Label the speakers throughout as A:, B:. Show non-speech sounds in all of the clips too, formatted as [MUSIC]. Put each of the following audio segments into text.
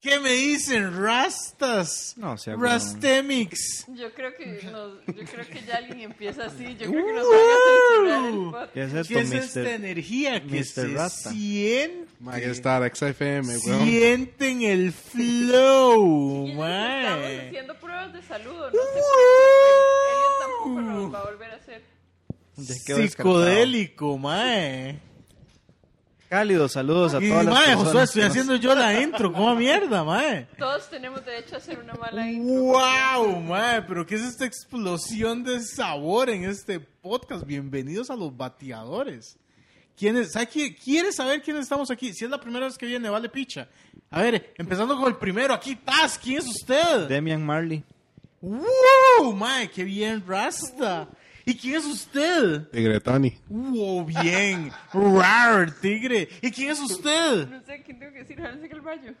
A: qué me dicen rastas?
B: No, o sea, como-
A: Rastemix.
C: Yo creo que nos, yo creo que ya alguien empieza así. Yo creo que nos
D: ¡Uh!
C: van a censurar el podcast.
B: ¿Qué es esto,
A: ¿Qué es este?
B: Mr.?
A: esta energía que
B: Mr.
A: se
B: Rasta?
A: siente?
D: Mae, que está la XFM, weón.
A: Sienten el flow,
C: Y ellos Estamos
A: mae.
C: haciendo pruebas de saludo. No sé por qué Elliot tampoco nos va a volver a hacer.
B: Ya quedó descartado.
A: Psicodélico, mae.
B: Cálidos saludos a
A: Y
B: todas las
A: mae,
B: personas.
A: Josué, estoy
B: que nos-
A: haciendo yo la intro, como mierda, mae.
C: Todos tenemos derecho a hacer una mala intro.
A: Wow, mae, pero qué es esta explosión de sabor en este podcast. Bienvenidos a los bateadores. ¿Quiénes, sabe quién- ¿Quieres saber quiénes estamos aquí? Si es la primera vez que viene, vale picha. A ver, empezando con el primero, aquí Taz, ¿quién es usted?
B: Demian Marley.
A: ¡Wow! ¡Mae, qué bien, Rasta! ¿Y quién es usted?
D: Tigre Tony.
A: ¡Wow, bien! ¡Rar, tigre! ¿Y quién es usted?
C: No sé quién tengo que decir, Hansen el Bayo.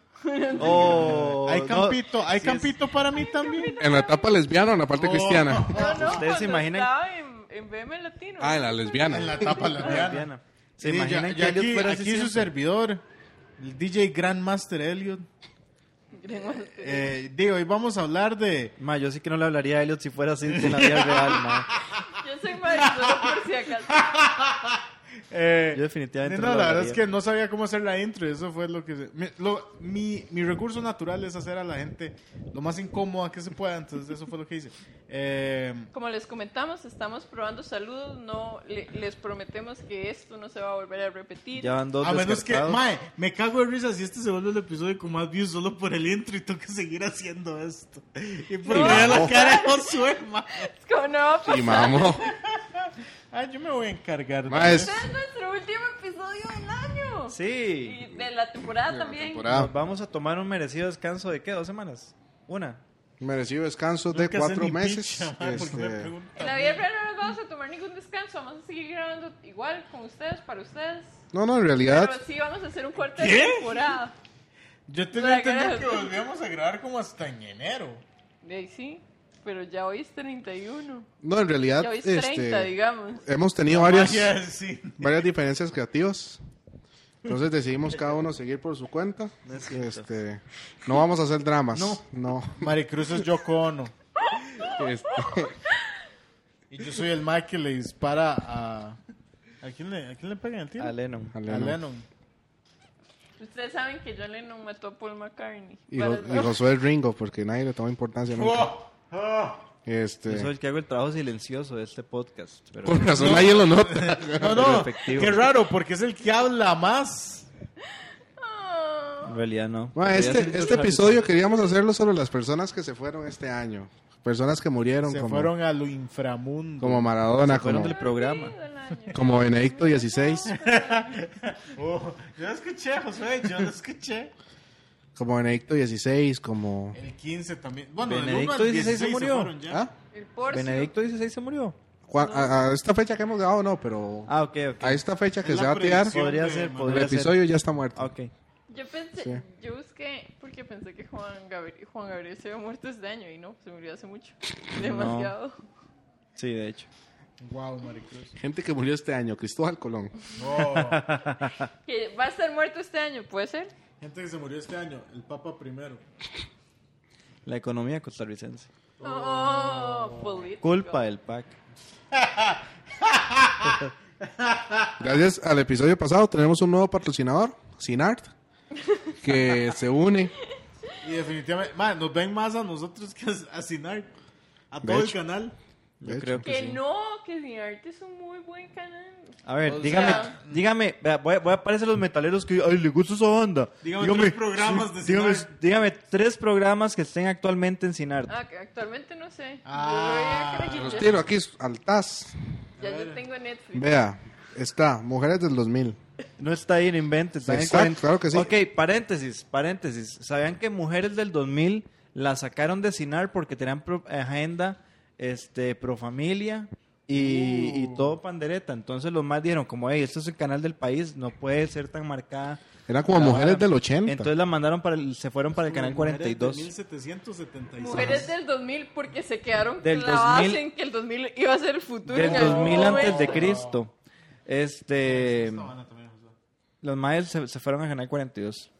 B: Oh,
A: Hay
B: no,
A: campito, hay
B: sí es-
A: campito para mí también.
D: En la etapa lesbiana o en la parte
A: Oh.
D: cristiana.
C: [LAUGHS] No, no,
B: ¿Ustedes se
C: cuando
B: imaginan?
C: Estaba en, en BM Latino.
D: Ah, en la lesbiana.
A: En la tapa la diana.
B: Diana. ¿Se
A: Sí,
B: imaginan
A: ya-
B: que
A: ya
B: Elliot
A: aquí,
B: fuera
A: aquí
B: así
A: su
B: siempre?
A: servidor, el DJ Grandmaster Elliot. Eh, digo, hoy vamos a hablar de...
B: Ma, yo sí que no le hablaría a Elliot si fuera así en la vida real,
A: [LAUGHS]
B: ma.
C: Yo soy madre solo por si acaso.
A: eh,
B: Yo definitivamente
A: no, la
B: no lo
A: verdad es
B: haría.
A: que no sabía cómo hacer la intro. Eso fue lo que... se- mi, lo- mi, mi recurso natural es hacer a la gente lo más incómoda que se pueda. Entonces eso fue lo que hice. Eh,
C: Como les comentamos, estamos probando saludos. No, le- les prometemos que esto no se va a volver a repetir.
B: Ya van dos
A: a menos que...
B: descartados.
A: Mae, me cago de risa si este se vuelve el episodio con más views solo por el intro y tengo que seguir haciendo esto. Y por
C: No.
A: ver la
B: [LAUGHS]
A: cara de Josué, mae.
C: Es como no va a pasar.
D: Y mamó.
A: Ah, yo me voy a encargar. de
D: Mae, es
C: Este es nuestro último episodio del año. Y
B: Sí.
C: de la temporada
D: De la
C: Ah, también.
D: temporada.
A: Ah.
B: Nos vamos a tomar un merecido descanso de qué, dos semanas. Una.
D: merecido descanso de
A: Nunca sé
D: cuatro
A: ni
D: meses.
A: picha, ma, porque me
D: Este,
A: preguntan.
C: En la vida real no nos vamos a tomar ningún descanso. Vamos a seguir grabando igual con ustedes, para ustedes.
D: no, no, en realidad.
C: Pero sí vamos a hacer un cuarto de
A: ¿Qué?
C: temporada.
A: Yo
C: La
A: tenía entendido
C: cara-
A: que volvíamos a grabar como hasta en enero.
C: De ahí sí. Pero ya hoy es 31.
D: No, en realidad.
C: Ya hoy es 30,
D: Este,
C: digamos.
D: hemos tenido varias,
A: Magia, sí.
D: varias diferencias creativas. Entonces decidimos cada uno seguir por su cuenta.
B: No es cierto.
D: Este, no vamos a hacer dramas.
B: No.
D: No.
A: Maricruz es Yoko Ono.
D: Este,
A: Y yo soy el Mike que le dispara a... ¿A quién le, a quién le pegan el tiro?
B: A Lennon.
D: a
A: A
D: Lennon.
A: Lennon.
C: Ustedes saben que John Lennon mató a Paul McCartney.
D: Y,
C: Para-
D: Jo- y Josué es Ringo, porque nadie le toma importancia nunca.
A: ¡Oh! ¡Oh!
D: Este,
B: Yo soy el que hago el trabajo silencioso de este podcast. Pero
D: Por razón nadie lo nota.
A: No, no,
B: efectivo.
A: qué raro, porque es el que habla más.
C: Ah,
B: en realidad no.
D: Ma,
B: Quería
D: este,
B: hacer un
D: este
B: descanso.
D: episodio queríamos hacerlo sobre las personas que se fueron este año. Personas que murieron
A: Se
D: como,
A: fueron a lo inframundo.
D: como Maradona,
B: Fueron
D: como,
B: del programa.
C: del año.
D: como Benedicto XVI.
A: Oh, yo lo escuché, José, yo lo escuché.
D: Como Benedicto XVI, como...
A: El 15 también. Bueno,
B: Benedicto
A: del 1 al 16
B: 16 se
A: se
B: murió.
A: fueron ya.
D: ¿Ah?
C: El Porcio.
B: Benedicto XVI se murió.
D: Cua- A, a esta fecha que hemos grabado, no, pero...
B: Ah, ok, ok.
D: A esta fecha que
A: Es
D: se
A: la
D: va a tirar,
A: predicción
B: Podría
A: de
B: ser,
A: Manuel.
D: el
B: podría ser.
D: episodio ya está muerto.
B: Ah, Ok.
C: Yo pensé,
D: Sí.
C: yo busqué, porque pensé que Juan Gabriel, Juan Gabriel se había muerto este año y no, se murió hace mucho. Demasiado.
B: Sí, de hecho.
A: Wow, Maricruz.
D: Gente que murió este año, Cristóbal Colón.
A: No.
C: Que va a estar muerto este año, ¿puede ser?
A: Gente que se murió este año, el Papa primero.
B: La economía costarricense.
C: Oh, político.
B: Culpa del PAC.
D: Gracias al episodio pasado tenemos un nuevo patrocinador, Sinart, que se une.
A: Y definitivamente, ma, nos ven más a nosotros que a, a Sinar, a
D: De
A: todo el
D: hecho.
A: canal.
B: Yo
D: De
B: creo
D: hecho.
B: que
C: Que
B: sí.
C: no, que Sin Arte es un muy buen canal.
B: A ver,
A: O
B: dígame,
C: sea-
B: dígame, vea, voy, a- voy a aparecer los metaleros que, ay, le gusta esa banda.
A: Dígame tres programas de
B: dígame,
A: Sinar.
B: dígame tres programas que estén actualmente en Sinart.
C: Ah, que actualmente no sé.
A: Ah,
C: Yo
D: Los
C: ya-
D: tiro aquí al TAS.
C: Ya yo tengo Netflix.
D: Vea, está, Mujeres del 2000.
B: No está ahí, no inventes. está en
D: Exacto,
B: cuarenta-
D: claro que sí.
B: Ok, paréntesis, paréntesis. ¿Sabían que Mujeres del 2000 la sacaron de Sinar porque tenían pro- agenda este, pro familia y,
C: Uh.
B: y todo pandereta? Entonces los más dijeron, como, hey, esto es el canal del país, no puede ser tan marcada.
D: Era como
B: la
D: Mujeres
B: vara".
D: del 80.
B: Entonces la mandaron para el- se fueron para el canal
A: Mujeres de
B: 42.
A: 1776.
C: Mujeres del 2000 porque se quedaron
B: Del
C: clavadas
B: 2000
C: en que el 2000 iba a ser el futuro.
B: Del
C: en algún
B: 2000 antes de
C: momento.
B: Cristo. Este,
A: Esta vara también, o sea.
B: los mayas se, se fueron al canal 42.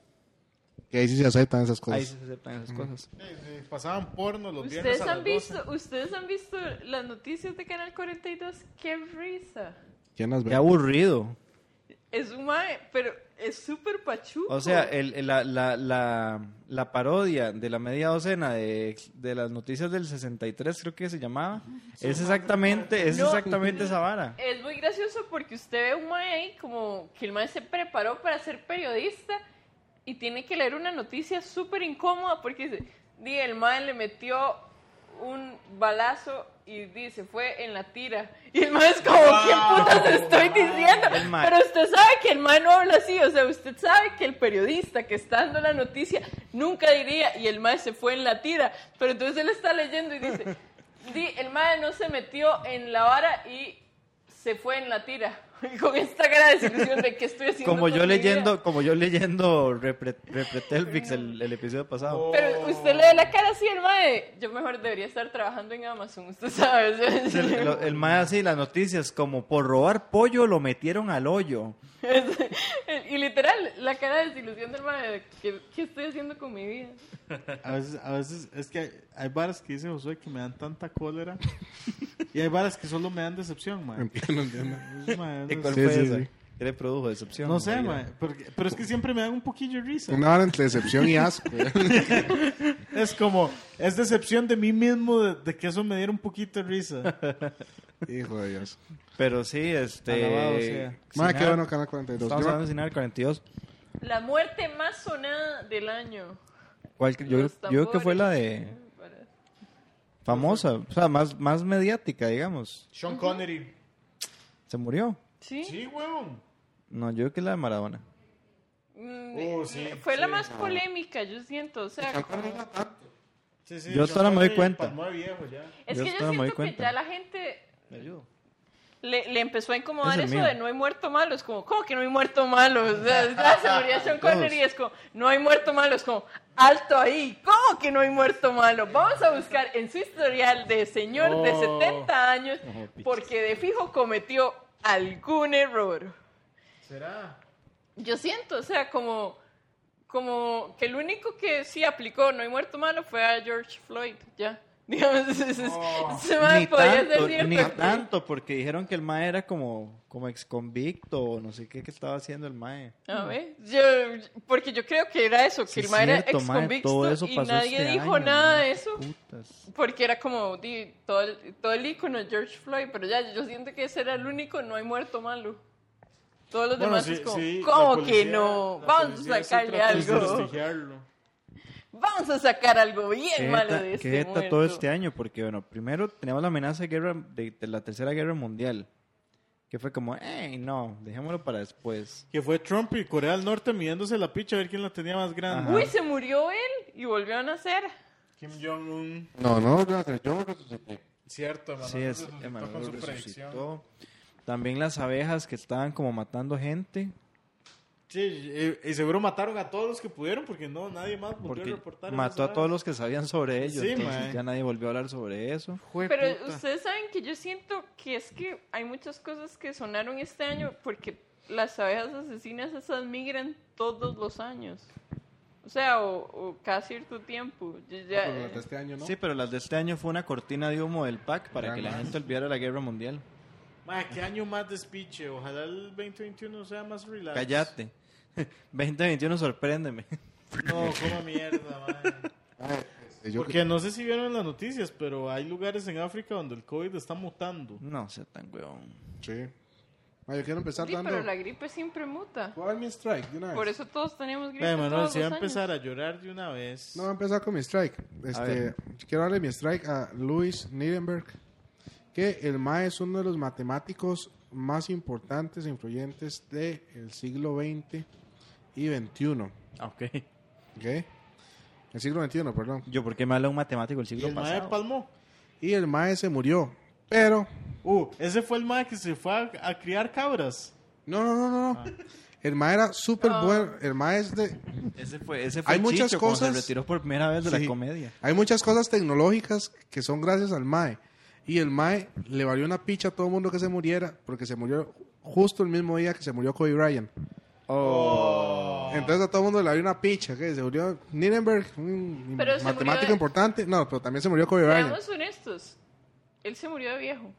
D: Que ahí sí se aceptan esas cosas.
B: Ahí se aceptan esas cosas.
A: Sí, sí, Pasaban porno los viernes
C: ¿Ustedes
A: a las
C: han,
A: 12.
C: visto, Ustedes han visto las noticias de Canal 42. ¡Qué risa!
D: ¿Quién las ve?
B: Qué aburrido.
C: Es un mae, pero es súper pachuco.
B: O sea, el- el- la, la- la- la parodia de la media docena de, de las noticias del 63, creo que se llamaba, es exactamente, es
C: No.
B: exactamente esa
C: [LAUGHS]
B: vara.
C: Es muy gracioso porque usted ve un mae ahí como que el mae se preparó para ser periodista y tiene que leer una noticia súper incómoda porque dice, "Di, el mae le metió un balazo y dice, fue en la tira. Y el mae es como, ¿qué putas estoy diciendo?
B: El mae-
C: Pero usted sabe que el mae no habla así, o sea, usted sabe que el periodista que está dando la noticia nunca diría, y el mae se fue en la tira. Pero entonces él está leyendo
B: [LAUGHS]
C: y dice, "Di, el mae no se metió en la vara y se fue en la tira. [LAUGHS] Y con esta cara de desilusión de que estoy haciendo.
B: Como
C: con
B: yo
C: mi vida?
B: leyendo, como yo leyendo Repre- Repretelpix el, el episodio pasado.
C: Pero usted le ve la cara así al mae. Yo mejor debería estar trabajando en Amazon, usted sabe.
B: Es El, el, el mae así, las noticias, como por robar pollo lo metieron al hoyo.
C: [LAUGHS] y literal, la cara de desilusión del mae. de ¿Qué, ¿Qué estoy haciendo con mi vida?
A: A veces, a veces es que hay, hay varas que dice Josué que me dan tanta cólera y hay varas que solo me dan decepción, man.
D: Entiendo, entiendo.
B: [LAUGHS] ¿Y cuál
D: Sí,
B: fue
D: sí,
B: esa?
D: sí.
B: ¿Qué le produjo decepción?
A: No sé,
B: Oiga.
A: man, porque- pero es que siempre me dan un poquillo de risa.
D: [LAUGHS] Una hora entre decepción y asco.
A: Es como, es decepción de mí mismo de, de que eso me diera un poquito de risa.
D: Hijo de Dios.
B: Pero sí, este...
A: Alabado sea.
D: Más
B: Sinar-
D: que bueno, Canal 42.
B: Estamos
D: Yo-
B: hablando de Sinar 42.
C: La muerte más sonada del año.
B: ¿Cuál que- yo,
C: Los
B: yo creo que fue la
C: tambores.
B: de famosa, o sea, más, más mediática, digamos.
A: Sean Connery.
B: Se murió.
C: Sí.
A: Sí, huevón.
B: No, yo creo que la de Maradona.
C: Mm,
A: Oh, sí,
C: fue la
A: sí,
C: más
A: no.
C: polémica, yo siento. O sea,
A: Sí, sí,
B: Yo
A: Sean
B: hasta ahora me doy
A: Connery
B: cuenta.
A: palmó de viejo ya.
C: es
B: Yo
C: que
B: hasta
C: yo
B: me doy
C: siento que
B: cuenta.
C: ya la gente
B: Me ayudo.
C: le, le empezó a incomodar
B: Ese es
C: eso
B: mío.
C: de no hay muerto malo. Es como, ¿cómo que no hay muerto malo? O sea, ya se murió Sean Connery y es como, no hay muerto malo. Es como, alto ahí, ¿cómo que no hay muerto malo? Vamos a buscar en su historial de señor de
A: Oh.
C: 70 años, porque de fijo cometió algún error.
A: ¿Será?
C: Yo siento, o sea, como, como que el único que sí aplicó no hay muerto malo fue a George Floyd, ya. [LAUGHS] Digamos, ese- ese-
A: Oh.
C: ese man
B: Ni
C: podría
B: tanto,
C: ser
B: ni
C: cierto.
B: tanto, porque dijeron que el mae era como, como ex convicto o no sé qué que estaba haciendo el mae.
C: A ver, yo, porque yo creo que era eso, que
B: Sí,
C: el mae era
B: cierto,
C: ex
B: mae, todo
C: convicto
B: eso
C: y
B: pasó
C: nadie
B: este
C: dijo
B: año,
C: nada
B: mae,
C: de eso,
B: putas.
C: porque era como di, todo, el, todo el ícono de George Floyd, pero ya yo siento que ese era el único no hay muerto malo. Todos los
A: Bueno,
C: demás
A: sí,
C: es como,
A: sí, la
C: ¿cómo
A: policía-
C: que no?
A: la
C: Vamos
A: policía
C: a
A: sí
C: sacarle
A: trató de
C: algo.
A: prestigiarlo.
C: Vamos a sacar algo bien [LAUGHS]
B: ¿Qué
C: malo
B: jeta-
C: de este
B: qué jeta
C: muerto.
B: todo este año? Porque, bueno, primero teníamos la amenaza de, guerra, de, de la Tercera Guerra Mundial. Que fue como, ¡ey, no! Dejémoslo para después.
A: Que fue Trump y Corea del Norte midiéndose la picha a ver quién la tenía más grande.
B: Ajá.
C: Uy, se murió él y volvió a nacer.
A: Kim Jong-un.
D: No, no, gracias. Yo me resucité.
A: Cierto, hermano.
B: Sí, es,
A: resucitó
B: Emanuel
A: con su
B: resucitó.
A: predicción.
B: También las abejas que estaban como matando gente.
A: Sí, y- y seguro mataron a todos los que pudieron porque no, nadie más volvió a
B: Porque
A: reportar.
B: mató a todos los que sabían sobre ellos.
A: Sí,
B: entonces
A: mae.
B: ya nadie volvió a hablar sobre eso.
C: Pero ustedes saben que yo siento que es que hay muchas cosas que sonaron este año porque las abejas asesinas esas migran todos los años. O sea, o, o cada cierto tiempo. Yo ya-
D: este año, ¿no?
B: Sí, pero las de este año fue una cortina de humo del PAC para
D: Ya
B: que la
D: más.
B: gente olvidara la guerra mundial.
A: Ma, qué año más despiche. Ojalá el 2021 sea más relax.
B: Cállate. [LAUGHS] 2021, sorpréndeme. [LAUGHS]
A: No, como mierda, man.
D: Eh, yo-
A: Porque no sé si vieron las noticias, pero hay lugares en África donde el COVID está mutando.
B: No sea tan huevón.
D: Sí. Ma, yo quiero empezar
C: Sí,
D: dando...
C: pero la gripe siempre muta.
D: ¿Cuál es mi strike? de una vez?
C: Por eso todos tenemos gripe.
A: Ve, Manuel,
C: todos
A: si va a
C: los
A: empezar
C: años.
A: a llorar de una vez.
D: No, voy a empezar con mi strike. Este,
B: ver.
D: quiero darle mi strike a Luis Nirenberg, que el MAE es uno de los matemáticos más importantes e influyentes del siglo XX y XXI.
B: Ah, Ok.
D: ¿Ok? El siglo XXI, perdón.
B: Yo, ¿por qué me habla un matemático el
A: y
B: siglo
A: el mae
B: pasado?
A: palmó.
D: Y el MAE se murió, pero...
A: Uh, ese fue el mae que se fue a, a criar cabras.
D: No, no, no, no. no. El MAE era súper
C: Oh.
D: bueno. El MAE es de...
B: Ese fue, ese fue
D: Hay
B: el
D: muchas
B: Chicho cuando
D: cosas-
B: se retiró por primera vez de
D: Sí.
B: la comedia.
D: Hay muchas cosas tecnológicas que son gracias al MAE. Y el MAE le valió una picha a todo el mundo que se muriera, porque se murió justo el mismo día que se murió Kobe Bryant.
B: Oh.
D: Entonces a todo el mundo le dio una picha, que se murió Nirenberg, un
C: Pero se murió
D: matemático
C: de-
D: importante. No, pero también se murió Kobe Bryant.
C: Seamos honestos. Él se murió de viejo.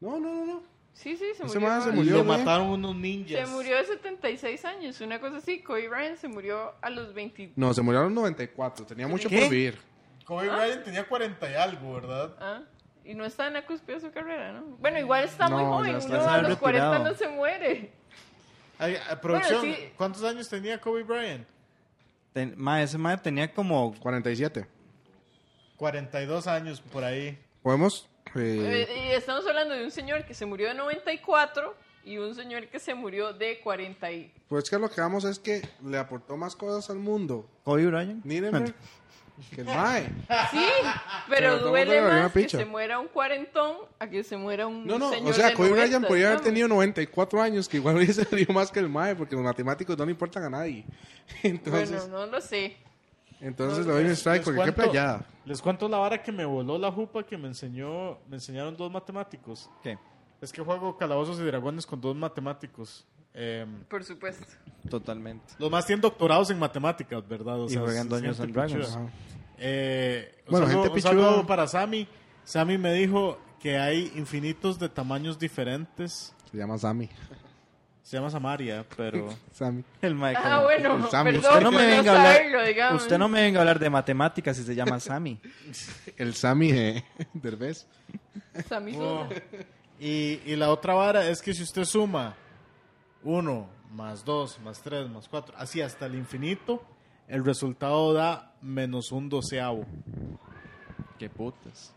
D: No, no, no, no.
C: Sí, sí, se
D: Ese
C: murió.
D: mae se
C: de-
D: murió,
A: Lo
D: güey.
A: mataron unos ninjas.
C: Se murió de 76 años, una cosa así. Kobe Bryant se murió a los 20.
D: No, se murió a los 94, tenía mucho
B: ¿Qué?
D: por vivir.
A: Kobe Bryant tenía 40 y algo, ¿verdad?
C: Ah, y no está en la cúspide de su carrera, ¿no? Bueno, igual está muy
D: No,
C: joven.
D: ya está.
C: Uno
B: Está
C: a los
B: retirado.
C: 40 no se muere.
A: Ay, ah, producción,
C: Bueno, sí.
A: ¿cuántos años tenía Kobe Bryant?
B: Ten- ma, ese mae tenía como...
D: 47.
A: 42 años por ahí.
D: Podemos... eh,
C: Eh, y estamos hablando de un señor que se murió de 94 y un señor que se murió de 40 y...
D: pues que lo que vamos es que le aportó más cosas al mundo
B: Kobe Bryant.
D: Nirenberg que el Mae.
C: Sí,
D: Pero
C: pero
D: todo el
C: duele
D: mundo le abrió una
C: más que
D: picha.
C: se muera un cuarentón a que se muera un
D: No, no,
C: señor
D: o sea,
C: de
D: Kobe
C: 90,
D: Bryant podría haber
C: digamos.
D: tenido 94 años, que igual [LAUGHS] hubiese tenido más que el Mae, porque los matemáticos no le importan a nadie. [LAUGHS] Entonces,
C: Bueno, no lo sé.
D: entonces le doy un strike,
A: Les
D: porque qué
A: cuento-
D: playada.
A: Les cuento la vara que me voló la jupa que me enseñó, me enseñaron dos matemáticos.
B: ¿Qué?
A: Es que juego calabozos y dragones con dos matemáticos. Eh,
C: Por supuesto.
B: Totalmente.
A: los más tienen doctorados en matemáticas, ¿verdad? O
B: Y juegan
A: es
B: Dungeons
A: gente
B: and Dragons.
A: pichuda.
D: Ajá.
A: Eh, un
D: Bueno,
A: saludo-
D: gente
A: un saludo
D: pichuda.
A: para Sammy. Sammy me dijo que hay infinitos de tamaños diferentes.
D: Se llama Sammy.
A: Se llama Samaria, pero...
D: Sammy.
B: El mae
C: Ah,
B: como-
C: bueno,
D: el Sammy.
C: perdón
B: Usted no
C: por
B: me venga a
C: saberlo,
B: hablar,
C: digamos.
B: usted no me venga a hablar de matemáticas si se llama Sammy.
D: El Sammy de [LAUGHS] Derbez.
C: Sammy
A: Oh.
C: Sosa.
A: Y, y la otra vara es que si usted suma 1 más 2 más 3 más 4, así hasta el infinito, el resultado da menos un doceavo.
B: [LAUGHS] Qué putas.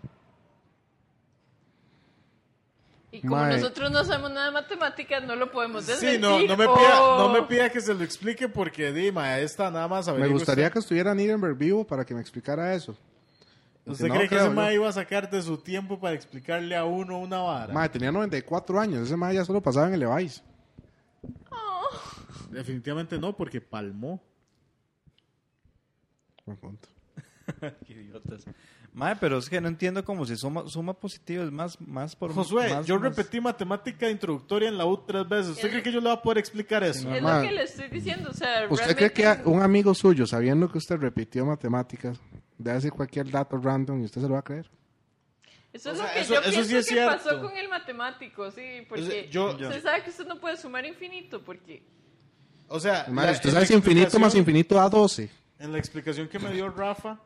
C: Y como
D: Mae.
C: nosotros no sabemos nada de matemáticas, no lo podemos decir. Oh.
A: Sí, no, no,
C: [LAUGHS]
A: me pida, no me pida que se lo explique porque, Dima, esta nada más
D: Me
A: averigüe
D: gustaría
A: usted.
D: que estuviera Nirenberg vivo para que me explicara eso. Aunque
A: ¿Usted
D: no
A: cree que
D: creo,
A: ese mae
D: yo.
A: iba a sacar de su tiempo para explicarle a uno una vara?
D: Mae, tenía 94 años. Ese Mae ya solo pasaba en el Levi's.
A: Definitivamente no, porque palmó.
D: Buen punto.
B: Qué idiotas. Mae, pero es que no entiendo cómo si suma, suma positivo es más, más por
A: Josué,
B: más-
A: yo
B: más-
A: repetí matemática introductoria en la U tres veces. ¿Usted
C: El-
A: cree que yo le voy a poder explicar eso?
C: Es
D: Mae.
C: lo que le estoy diciendo, o sea,
A: [LAUGHS]
D: ¿Usted cree que a-
C: realmente-
D: un amigo suyo, sabiendo que usted repitió matemáticas, debe decir cualquier dato random y usted se lo va a creer?
C: Eso
A: O
C: es
A: sea,
C: lo que
A: eso-
C: yo
A: eso
C: pienso
A: sí es
C: que
A: cierto.
C: pasó con el matemático, sí, porque
A: O sea, yo-
C: usted
A: yo-
C: sabe que usted no puede sumar infinito,
A: [LAUGHS]
C: porque
A: O sea,
D: Mae,
A: la-
D: usted
A: en la
D: sabe si infinito más
A: explicación-
D: infinito da [LAUGHS] 12.
A: En la explicación que me dio Rafa,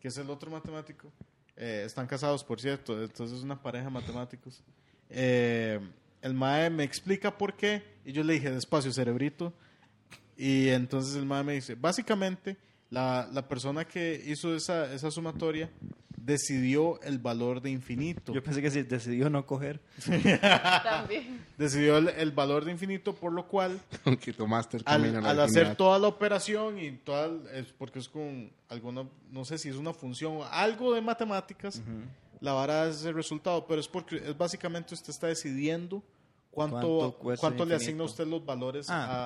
A: que es el otro matemático, eh, están casados, por cierto, entonces es una pareja de matemáticos. Eh, el mae me explica por qué, y yo le dije, despacio, cerebrito. Y entonces el mae me dice, básicamente, la, la persona que hizo esa, esa sumatoria decidió el valor de infinito.
B: Yo pensé que si decidió no coger.
C: también.
A: Decidió el, el valor de infinito, por lo cual,
D: Aunque tomaste el
A: al,
D: camino a la
A: al hacer
D: divinidad.
A: toda la operación y toda, el- es porque es con alguna, no sé si es una función o algo de matemáticas, la vara es el resultado, pero es porque es básicamente usted está decidiendo cuánto,
B: ¿Cuánto
A: cuánto,
B: cuesta
A: le
B: infinito?
A: asigna a usted los valores
B: Ah.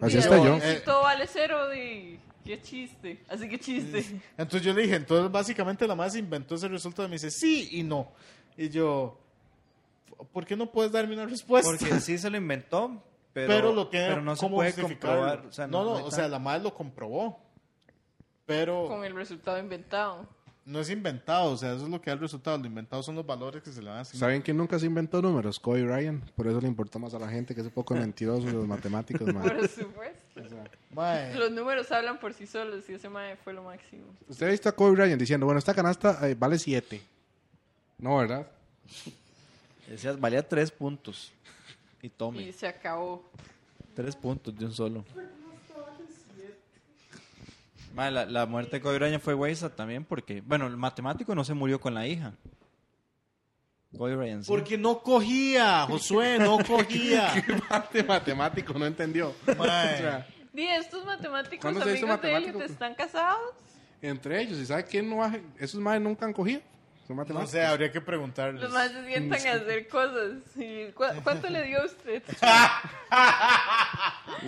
A: a...
C: [LAUGHS]
D: Así
C: Y
D: está
C: al
D: yo.
C: principio
A: Eh.
C: todo vale cero de... Qué chiste, así que chiste.
A: Entonces yo le dije, entonces básicamente la más inventó ese resultado y me dice sí y no. Y yo, ¿por qué no puedes darme una respuesta?
B: Porque sí se lo inventó,
A: [LAUGHS]
B: pero,
A: pero, lo tiene
B: pero no se
A: ¿cómo
B: puede
A: justificarlo?
B: comprobar. O sea,
A: no, no,
B: hay
A: o sea,
B: tal-
A: la madre lo comprobó. Pero...
C: [LAUGHS] Con el resultado inventado.
A: No es inventado, o sea, eso es lo que da el resultado. Lo inventado son los valores que se le van a asignar.
D: ¿Saben que nunca se inventó números? Kobe Bryant. Por eso le importó más a la gente que es un poco mentiroso de los matemáticos,
A: [LAUGHS]
D: mae.
C: Por supuesto.
A: Mae,
C: Los números hablan por sí solos y ese mae fue lo máximo.
D: Usted ha visto a Kobe Bryant diciendo, bueno, esta canasta eh, vale 7. No, ¿verdad? [LAUGHS]
B: decías, valía tres puntos. Y tome.
C: Y se acabó.
B: Tres puntos de un solo. Ma, la, la muerte de Kobe Bryant fue Weiza también porque, bueno, el matemático no se murió con la hija. Kobe Bryant sí.
A: Porque no cogía, Josué, no
B: [LAUGHS]
A: cogía.
D: ¿Qué parte matemático no entendió?
A: Mae.
D: O sea,
C: Di, estos matemáticos
D: ¿Cuándo se
C: amigos
D: hizo
C: de
D: matemático?
C: élite están casados.
D: entre ellos, ¿y sabe quién no ha... Esos madres nunca han cogido. Son
A: No
D: matemáticos.
A: sé, habría que
C: Los
A: preguntarles.
C: más se sientan a hacer cosas. Y, ¿cu-
D: [LAUGHS]
C: ¿Cuánto le dio a usted?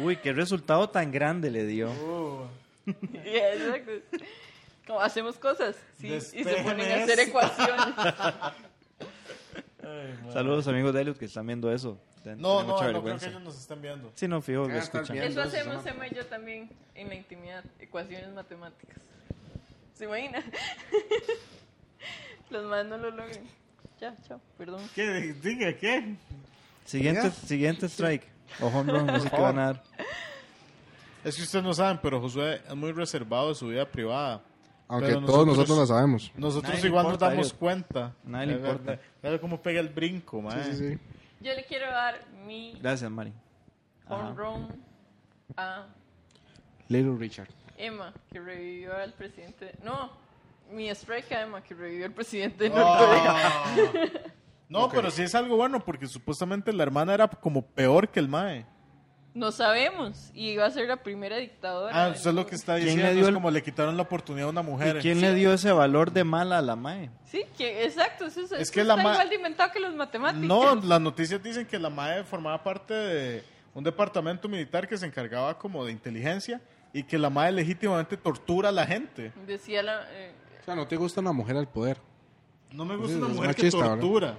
B: Uy, qué resultado tan grande le dio.
A: Uh,
C: [LAUGHS] Yeah, exacto. Como hacemos cosas, sí, y se ponen
A: Despejen
C: a hacer
A: eso.
C: ecuaciones.
A: ay,
B: Saludos amigos de Elliot que están viendo eso. Ten-
A: No,
B: tiene
A: no,
B: mucha
A: no creo que
B: vergüenza.
A: ellos nos están viendo.
B: Sí, no, fijo, lo
D: Ah, estás
B: escuchan.
D: [LAUGHS] bien.
C: Eso
D: Entonces,
C: hacemos
D: ¿no?
C: Emma y yo también en la intimidad, ecuaciones matemáticas. ¿Se imagina? [LAUGHS] Los más no lo logran. Chao, chao, perdón.
A: ¿Qué? Diga, ¿qué?
B: Siguiente,
A: [LAUGHS]
B: siguiente strike. O home run, no sé qué van a dar.
A: Es que ustedes no saben, pero Josué es muy reservado de su vida privada.
D: Aunque
A: Pero
D: todos nosotros la sabemos.
A: Nosotros
B: Nadie le
A: igual
B: importa,
A: nos damos
B: Elliot.
A: cuenta.
B: Nadie le
A: Ve- ve-
B: importa.
A: ve- ve cómo pega el brinco, man.
D: Sí, [LAUGHS] sí, sí.
C: Yo le quiero dar mi
B: Gracias, Mari. Ajá.
C: home run a
D: Little Richard.
C: Emma, que revivió al presidente. No, mi strike a Emma, que revivió al presidente [LAUGHS] de
D: Oh.
C: Norcorea.
A: Ah. No, pero sí es algo bueno porque supuestamente la hermana era como peor que el mae.
C: No sabemos. Y iba a ser la primera dictadora.
A: Ah,
C: del
A: usted lo
C: mundo.
A: que está
B: ¿Quién le
A: diciendo
B: dio
A: es
B: el-
A: como le quitaron la oportunidad a una mujer.
B: ¿Y quién le dio ese valor de mala a la mae?
C: Sí, que, exacto. Eso, eso
A: Es que
C: está
A: la ma-
C: igual de inventado que los matemáticos.
A: No, las noticias dicen que la mae formaba parte de un departamento militar que se encargaba como de inteligencia y que la mae legítimamente tortura a la gente.
C: Decía la. eh,
D: O sea, no te gusta una mujer al poder.
A: No me gusta
D: Sí,
A: una
D: es
A: mujer
D: machista,
A: que
D: ¿verdad?
A: tortura.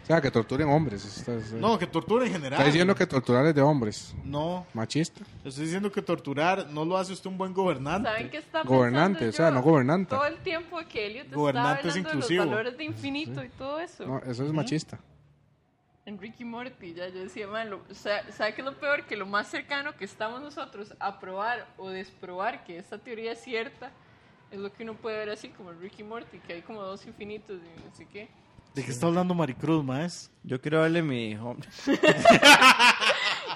D: O sea, que torturen hombres. Está, está-
A: No, que tortura en general.
D: está diciendo que torturar es de hombres.
A: No,
D: Machista.
A: estoy diciendo que torturar no lo hace usted un buen gobernante.
C: ¿Saben qué está
D: Gobernante,
C: pensando
D: o sea,
C: yo?
D: no gobernanta.
C: Todo el tiempo que Elliot estaba
A: Gobernante
C: hablando
A: es
C: de los
A: inclusivo.
C: valores de infinito y todo eso.
D: No, eso es machista.
C: En Ricky Morty, ya yo decía, man, lo- o sea, ¿sabe qué es lo peor? Que lo más cercano que estamos nosotros a probar o desprobar que esta teoría es cierta es lo que uno puede ver así como en Ricky Morty, que hay como dos infinitos y no sé qué.
A: ¿De qué está hablando Maricruz, maes?
B: Yo quiero darle mi home.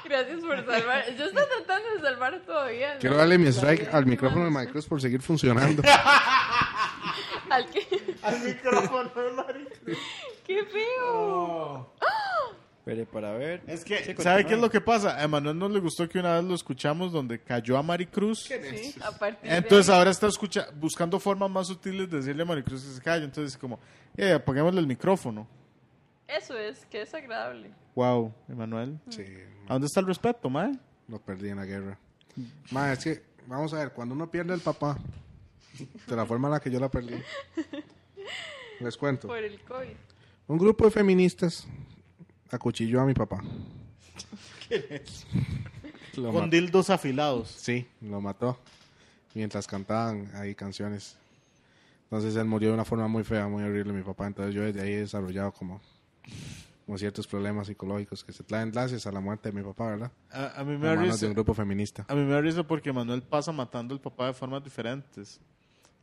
C: Gracias por salvar. Yo estoy tratando de salvar todavía. ¿no?
D: Quiero darle mi strike
C: Todavía
D: al
C: hay
D: micrófono de
C: humanos.
D: Microsoft por
A: [LAUGHS]
D: seguir funcionando.
C: Al que.
A: Al micrófono de Maricruz.
C: ¡Qué feo!
B: Pero para ver.
A: Es que,
B: Sí,
A: ¿sabe
B: continúe.
A: qué es lo que pasa? A Manuel no le gustó que una vez lo escuchamos donde cayó a Maricruz.
C: Sí, a partir de
A: Entonces
C: ahí.
A: ahora está escucha buscando formas más sutiles de decirle a Maricruz que se calle. Entonces como, eh, apaguémosle el micrófono.
C: Eso es, que es agradable.
A: Wow, Emanuel.
D: sí,
A: ¿A dónde está el respeto, mae?
D: lo perdí en la guerra. Ma, es que, vamos a ver, cuando uno pierde el papá, de la forma en la que yo la perdí, les cuento.
C: Por el COVID.
D: Un grupo de feministas acuchilló a mi papá. Lo
A: Con
D: ma-
A: dildos afilados.
D: sí, lo mató. Mientras cantaban ahí canciones. Entonces él murió de una forma muy fea, muy horrible mi papá. Entonces yo desde ahí he desarrollado como, como ciertos problemas psicológicos que se traen gracias a la muerte de mi papá, ¿verdad?
A: A, a mí me da
D: A manos de
A: risa.
D: un grupo feminista.
A: A mí me da risa porque Manuel pasa matando al papá de formas diferentes.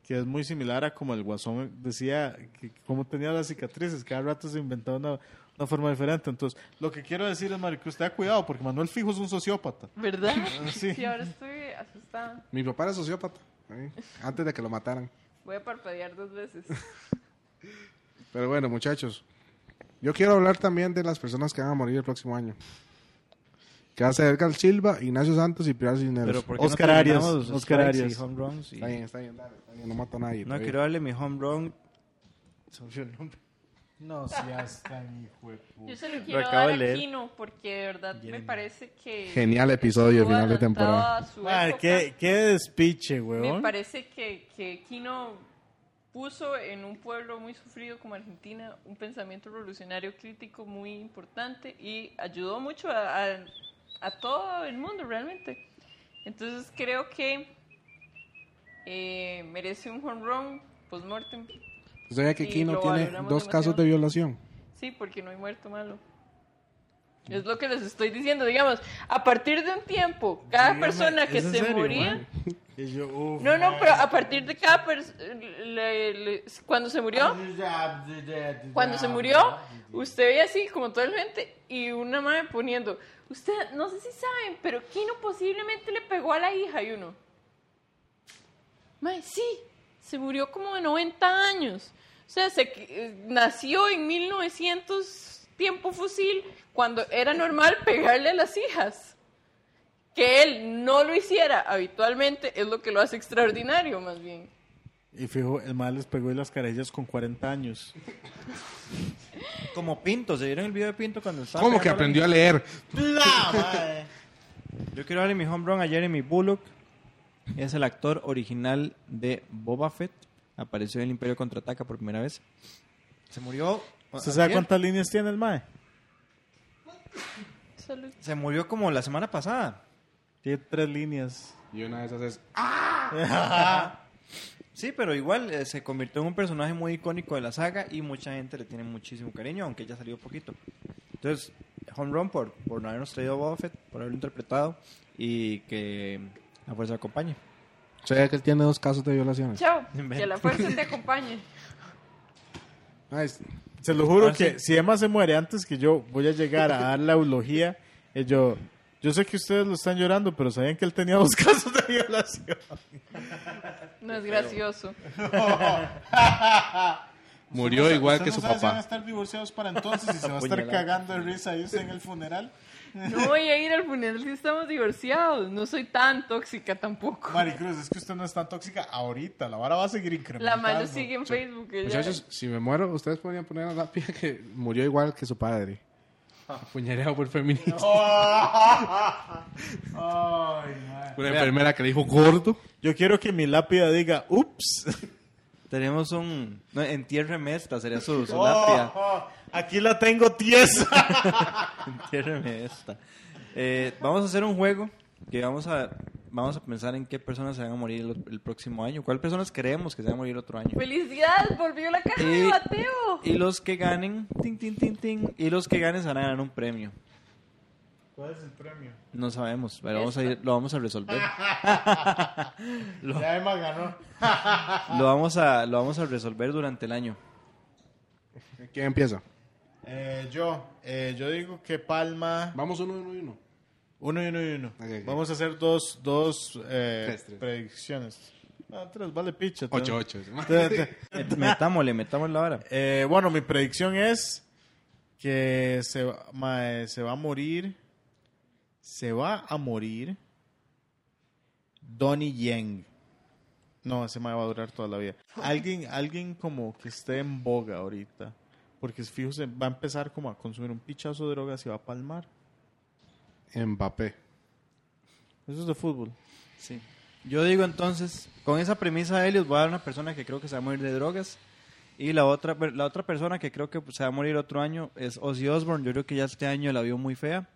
A: Que es muy similar a como el Guasón decía, que como tenía las cicatrices, cada rato se inventaba una, una forma diferente. Entonces, lo que quiero decir es, Maricruz, tenga cuidado porque Manuel Fijo es un sociópata.
C: ¿Verdad?
A: sí.
C: sí, ahora estoy asustada.
D: Mi papá era sociópata, ¿eh? antes de que lo mataran.
C: Voy a parpadear dos veces.
D: Pero bueno, muchachos, yo quiero hablar también de las personas que van a morir el próximo año. Que va a ser Edgar Silva, Ignacio Santos y Pilar Cisneros.
B: Pero ¿por qué no
A: Oscar Arias,
B: terminamos los
A: Oscar
B: strikes
A: Arias.
B: y home runs y-
D: Está bien, está bien, dale, está bien, no mato a nadie.
B: No,
D: está
B: quiero
D: bien.
B: darle mi home run. Se me olvidó el nombre.
A: No seas tan hijo
C: Yo se lo quiero
B: acabo
C: dar
B: de
C: a
B: leer.
C: Kino porque de verdad me parece que.
D: Genial episodio de
C: estuvo
D: final de
C: adelantado
D: temporada.
C: a su época.
A: qué, qué despiche,
C: Me
A: weón.
C: parece que, que Kino puso en un pueblo muy sufrido como Argentina un pensamiento revolucionario crítico muy importante y ayudó mucho a, a- a todo el mundo realmente. Entonces creo que eh, merece un home run post-mortem.
D: Usted sabía que
C: Sí,
D: Kino
C: lo
D: tiene dos
C: valoramos
D: casos
C: demasiado.
D: de violación.
C: Sí, porque no hay muerto malo. Es lo que les estoy diciendo, digamos, a partir de un tiempo, cada
A: Sí,
C: persona
A: mae,
C: que
A: ¿es en
C: se
A: serio,
C: moría...
A: mae? [LAUGHS] Y yo, uf,
C: No, no,
A: mae.
C: pero a partir de cada pers- le- le- cuando se
A: Ah,
C: murió, cuando se murió, usted veía así como toda la gente y una madre poniendo, usted no sé si saben, pero Kino posiblemente le pegó a la hija y uno. Mae, sí, se murió como de 90 años. O sea, se qui- eh, nació en 1900 tiempo fusil cuando era normal pegarle a las hijas. Que él no lo hiciera habitualmente es lo que lo hace extraordinario, más bien.
A: Y fijo, el mal les pegó y las carellas con 40 años.
B: Como Pinto, ¿se vieron el video de Pinto cuando estaba?
D: ¿Cómo que
B: pegándole?
D: aprendió a leer?
B: Yo quiero darle mi home run a Jeremy Bullock. Es el actor original de Boba Fett. Apareció en el Imperio Contraataca por primera vez. Se murió
A: ¿Usted sabe
B: Antier.
A: cuántas líneas tiene el mae?
C: Salud.
B: Se murió como la semana pasada.
A: Tiene tres líneas.
D: Y una de esas es...
B: Sí, pero igual eh, se convirtió en un personaje muy icónico de la saga y mucha gente le tiene muchísimo cariño, aunque ya salió poquito. Entonces, home run por, por no habernos traído a Boba Fett, por haberlo interpretado y que la fuerza acompañe.
D: O sea, que él tiene dos casos de violaciones.
C: Chao.
B: Inventa.
C: Que la fuerza te acompañe.
D: Ay, Ah, es-
A: Se lo juro
B: Ahora
A: que si Emma se muere antes que yo, voy a llegar a dar la eulogía. Y yo, yo sé que ustedes lo están llorando, pero sabían que él tenía dos [LAUGHS] casos de violación.
C: No es
A: [LAUGHS]
C: gracioso.
D: Murió igual que su
A: a
D: papá.
A: estar divorciados para entonces y se va a estar
B: Apuñalado.
A: cagando de risa ahí en el funeral.
C: No voy a ir al funeral si estamos divorciados. No soy tan tóxica tampoco.
A: Maricruz, es que usted no es tan tóxica ahorita. La vara va a seguir incrementando.
C: La mano
A: [LAUGHS]
C: sigue en Facebook.
A: pues
C: ella-
D: Muchachos, si me muero, ustedes podrían poner a la pija que murió igual que su padre. Apuñaleado Ah, por feminista.
A: Ay, mae.
D: [LAUGHS] Una enfermera que le dijo gordo.
A: Yo quiero que mi lápida diga, ups.
B: Tenemos un no, entierre mesta, sería su,
A: [LAUGHS]
B: su lápida.
A: Oh, aquí la tengo tiesa.
B: Entiérreme esta. Eh, vamos a hacer un juego que vamos a vamos a pensar en qué personas se van a morir el, el próximo año. ¿Cuáles personas creemos que se van a morir el otro año?
C: Pues ¡Felicidades! ¡Volvió la caja de
B: Y-
C: bateo!
B: Y los que ganen, tin, tin, tin, tin, y los que ganen se van a ganar un premio.
A: [LAUGHS] ¿Cuál es el premio?
B: No sabemos, pero vamos a ir- lo vamos a resolver. lo,
A: Ya Emma ganó.
B: lo vamos a, lo vamos a resolver durante el año.
D: ¿Quién empieza?
A: Eh, yo, eh, yo digo que Palma.
D: Vamos uno, uno y uno.
A: Uno y uno y uno.
D: Ok, ok.
A: Vamos a hacer dos, dos eh,
D: Tres, tres.
A: predicciones. Ah, tres, vale picha.
D: Ocho,
A: te-
D: ocho. [LAUGHS]
A: te- te-
B: Eh, Metámosle, metámosle la vara.
A: Eh, bueno, mi predicción es que se, va- mae, se va a morir. Se va a morir. Donnie Yen. No, ese mae va a durar toda la vida. Alguien, alguien como que esté en boga ahorita. Porque fíjese, va a empezar como a consumir un pichazo de drogas y va a palmar.
D: Mbappé.
A: Eso es de fútbol.
B: Sí. Yo digo entonces, con esa premisa de Elios, voy a dar una persona que creo que se va a morir de drogas. Y la otra, per- la otra persona que creo que pues, se va a morir otro año es Ozzy Osbourne. Yo creo que ya este año la vio muy fea.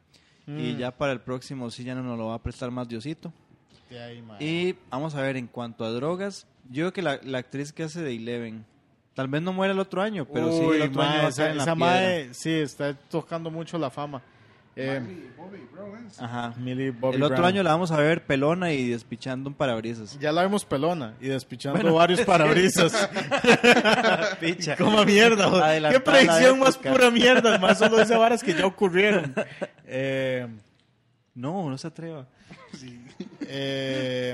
A: Mm.
B: Y ya para el próximo sí ya no nos lo va a prestar más Diosito. Y vamos a ver, en cuanto a drogas, yo creo que la, la actriz que hace de Eleven, tal vez no muera el otro año, pero sí el
A: Uy,
B: otro
A: mae,
B: año va a
A: esa,
B: caer en la
A: esa
B: piedra.
A: mae, sí, está tocando mucho la fama. Eh,
B: Ajá.
A: Millie Bobby
B: el otro
A: Brown.
B: año la vamos a ver pelona y despichando un parabrisas.
A: Ya la vemos pelona y despichando
B: [LAUGHS]
A: varios parabrisas.
B: Picha. eh,
A: Como mierda. joder. Qué
B: Adelantada
A: predicción
B: la
A: más
B: época.
A: pura mierda. Más solo esas varas que ya
B: [LAUGHS]
A: ocurrieron. Eh,
B: No, no se atreva.
A: eh,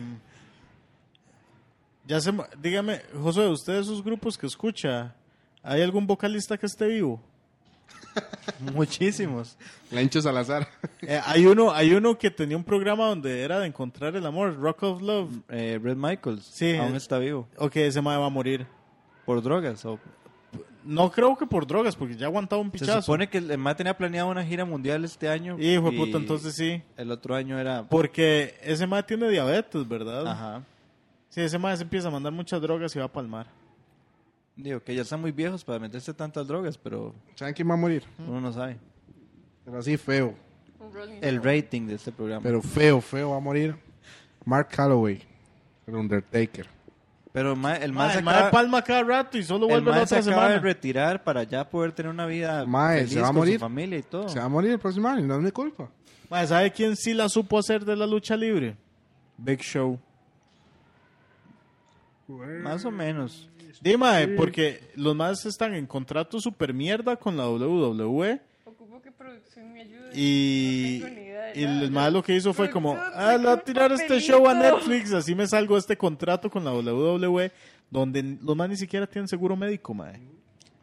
A: ya se, mu- dígame, José, ¿usted de esos grupos que escucha, hay algún vocalista que esté vivo?
B: [LAUGHS] Muchísimos.
D: Lencho Salazar.
A: Eh, hay uno, hay uno que tenía un programa donde era de encontrar el amor, Rock of Love.
B: Eh, Red Michaels
A: Sí.
B: aún está vivo.
A: Ok, ese mae va a morir.
B: Por drogas. o-
A: No creo que por drogas, porque ya ha aguantado un
B: Se
A: pichazo.
B: supone que el MA tenía planeado una gira mundial este año.
A: Hijo de
B: y
A: puta, entonces sí.
B: El otro año era.
A: Porque ese mae tiene diabetes, ¿verdad?
B: Ajá.
A: Sí, ese mae se empieza a mandar muchas drogas y va a palmar.
B: Digo que ya están muy viejos para meterse tantas drogas, pero
D: [LAUGHS] ¿Saben quién va a morir?
B: uno no sabe.
D: Pero así feo.
C: Un Rolling
B: El rating de este programa. Pero,
D: Pero feo, feo va a morir. Mark Calloway. El Undertaker.
B: ma-
A: Mae,
B: el más
A: el mae palma cada rato y solo vuelve la otra
B: se acaba de
A: semana.
B: retirar para ya poder tener una vida
D: Mae,
B: feliz
D: se va a
B: con
D: morir.
B: su familia y todo.
D: Se va a morir el próximo año. No es mi culpa.
A: Mae, ¿sabe quién sí la supo hacer de la lucha libre? Big Show.
B: Más o menos.
A: Dime, porque los más están en contrato super mierda con la E. WWE
C: Ocupo que producción me ayude.
A: y,
C: No tengo ni idea de
A: y el
C: nada.
A: mae lo que hizo fue como, ah, le voy a tirar este show a Netflix, así me salgo de este contrato con la WWE, donde los más ni siquiera tienen seguro médico, mae.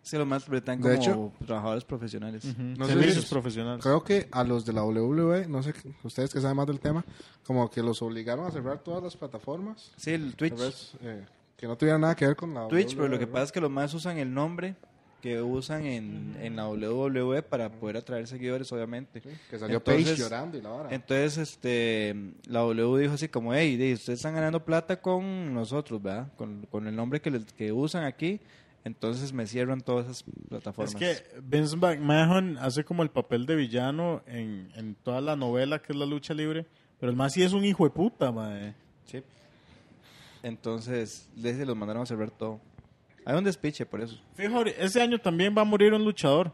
B: Se lo más bretan como
D: De hecho-
B: trabajadores profesionales.
D: No sé
A: Servicios
D: si-
A: profesionales.
D: Creo que a los de la WWE, no sé, ustedes que saben más del tema, como que los obligaron a cerrar todas las plataformas.
B: Sí, el Twitch.
D: Tal vez, eh, que no tuvieran nada que ver con la E,
B: Twitch, pero lo que
D: WWE.
B: pasa es que los más usan el nombre que usan en, en la WWE para poder atraer seguidores, obviamente.
D: Que salió
B: Entonces-
D: Page llorando y la vara.
B: Entonces, este, la W dijo así como, hey, ustedes están ganando plata con nosotros, ¿verdad? Con, con el nombre que, les- que usan aquí, Entonces me cierran todas esas plataformas.
A: Es que Vince McMahon hace como el papel de villano en, en toda la novela que es la lucha libre, pero el más sí es un hijo de puta, mae.
B: Sí. Entonces, desde los mandaron a cerrar todo. Hay un despiche por eso.
A: Fíjate, ese año también va a morir un luchador.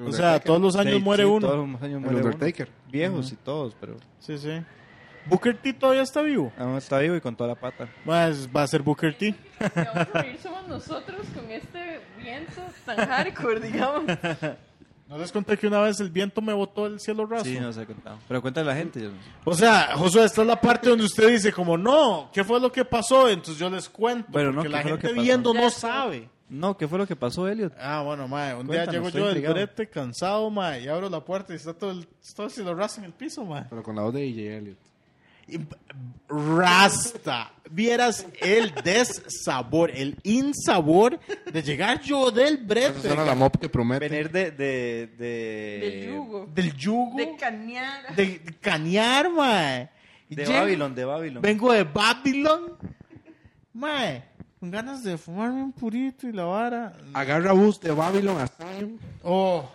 A: O sea, todos los años
B: Sí,
A: muere
B: sí,
A: uno.
B: todos los años muere uno.
D: Undertaker.
B: Viejos y todos, pero
A: Sí, sí. Booker T todavía está vivo.
B: aún está vivo y con toda la pata.
A: Mae, es- va a ser Booker T.
C: Los que vamos a morir somos nosotros con este viento tan hardcore, digamos.
A: No les conté que una vez el viento me botó el cielo raso.
B: Sí, no se ha contado. Pero cuéntale a la gente. yo no sé.
A: O sea, Josué, esta es la parte donde usted dice como, no, ¿qué fue lo que pasó? Entonces yo les cuento,
B: Pero no,
A: porque
B: ¿qué
A: la
B: fue lo que
A: gente
B: pasó?
A: viendo no sabe.
B: No, ¿qué fue lo que pasó, Elliot?
A: Ah, bueno, mae, un
B: Cuéntanos,
A: día llego
B: estoy
A: yo del
B: intrigado.
A: brete cansado, mae, y abro la puerta y está todo el, todo el cielo raso en el piso, mae.
D: Pero con la voz de DJ Elliot.
A: Y- Rasta. Vieras el dessabor, el insabor de llegar yo del
D: Eso
A: brete,
D: suena la mop que promete.
B: Venir de... de, de
C: Del yugo.
A: del yugo,
C: De
A: de,
C: cañar.
A: de canear, mae. Y
B: De
A: llego-
B: Babylon, de Babylon.
A: Vengo de Babylon. Mae, con ganas de fumarme un purito y la vara.
D: Agarra bus de Babylon a Zion.
A: Oh,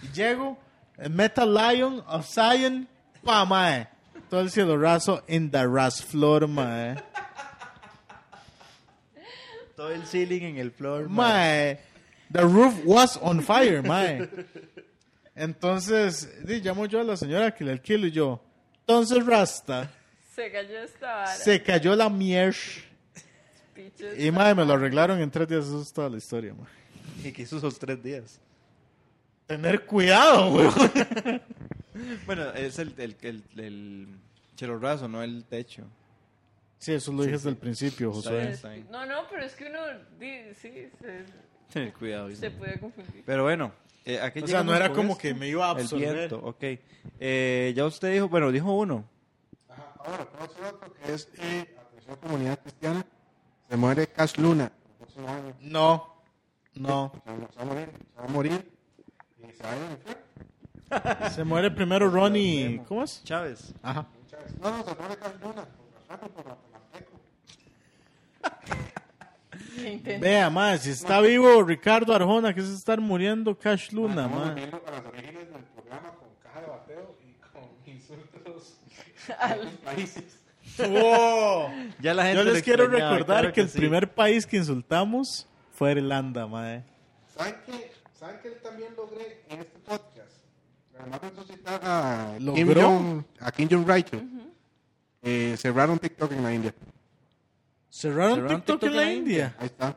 A: y llego, el Metal Lion of Zion, pa, mae. Todo el cielo raso en the ras flor, mae.
B: Todo el ceiling en el floor. man.
A: Mae, the roof was on fire, mae. Entonces, di, llamo yo a la señora que le alquilo y yo. Entonces, Rasta,
C: Se cayó esta vara.
A: se cayó la mierda.
C: piches.
A: Y, mae, me lo arreglaron en tres días. Eso es toda la historia, mae.
B: [LAUGHS] Y que hizo esos tres días.
A: Tener cuidado, weón.
B: Bueno, es el, el, el, el chelo raso, no el techo.
A: Sí, eso lo dije desde el principio, Josué.
B: está bien.
C: No, no, pero es que uno. di- Sí, se,
B: Ten cuidado.
C: se
B: Isma.
C: puede confundir.
B: Pero bueno, eh, ¿a qué
A: O sea, no
B: llegamos
A: era
B: con
A: como
B: esto?
A: que me iba a
B: El
A: absorber.
B: viento, ok. Eh, ya usted dijo, bueno, dijo uno.
D: Ahora, por otro lado, que es eh, atención comunidad cristiana, se muere Cash Luna. el próximo año.
A: No, no.
D: Se va a morir, se va a morir. Y se va a ir al infierno.
A: Se muere primero Ronnie. ¿Cómo es?
B: Chávez.
A: Ajá.
D: No, no, se muere Cash Luna. Por razón, por guatemalteco.
C: Se intenta.
A: Vea, más, si está vivo Ricardo Arjona, que se estar muriendo Cash Luna,
D: Estamos [LAUGHS]
A: más.
D: volviendo a las orígenes del programa con caja de bateo y con [LAUGHS] insultos
C: Al-
D: de otros países.
B: Ya la gente
A: Yo les
B: lo
A: quiero
B: extrañaba,
A: recordar
B: claro
A: que el
B: sí.
A: primer país que insultamos fue Irlanda, mae.
D: ¿Saben qué? ¿Saben qué también logré en este podcast? Además de suscitar a Kim
A: ¿Logró?
D: Jong, a Kim Jong Raichu, eh, cerraron TikTok en la India.
A: Cerraron,
B: Cerraron
A: TikTok, en la India.
D: Ahí está.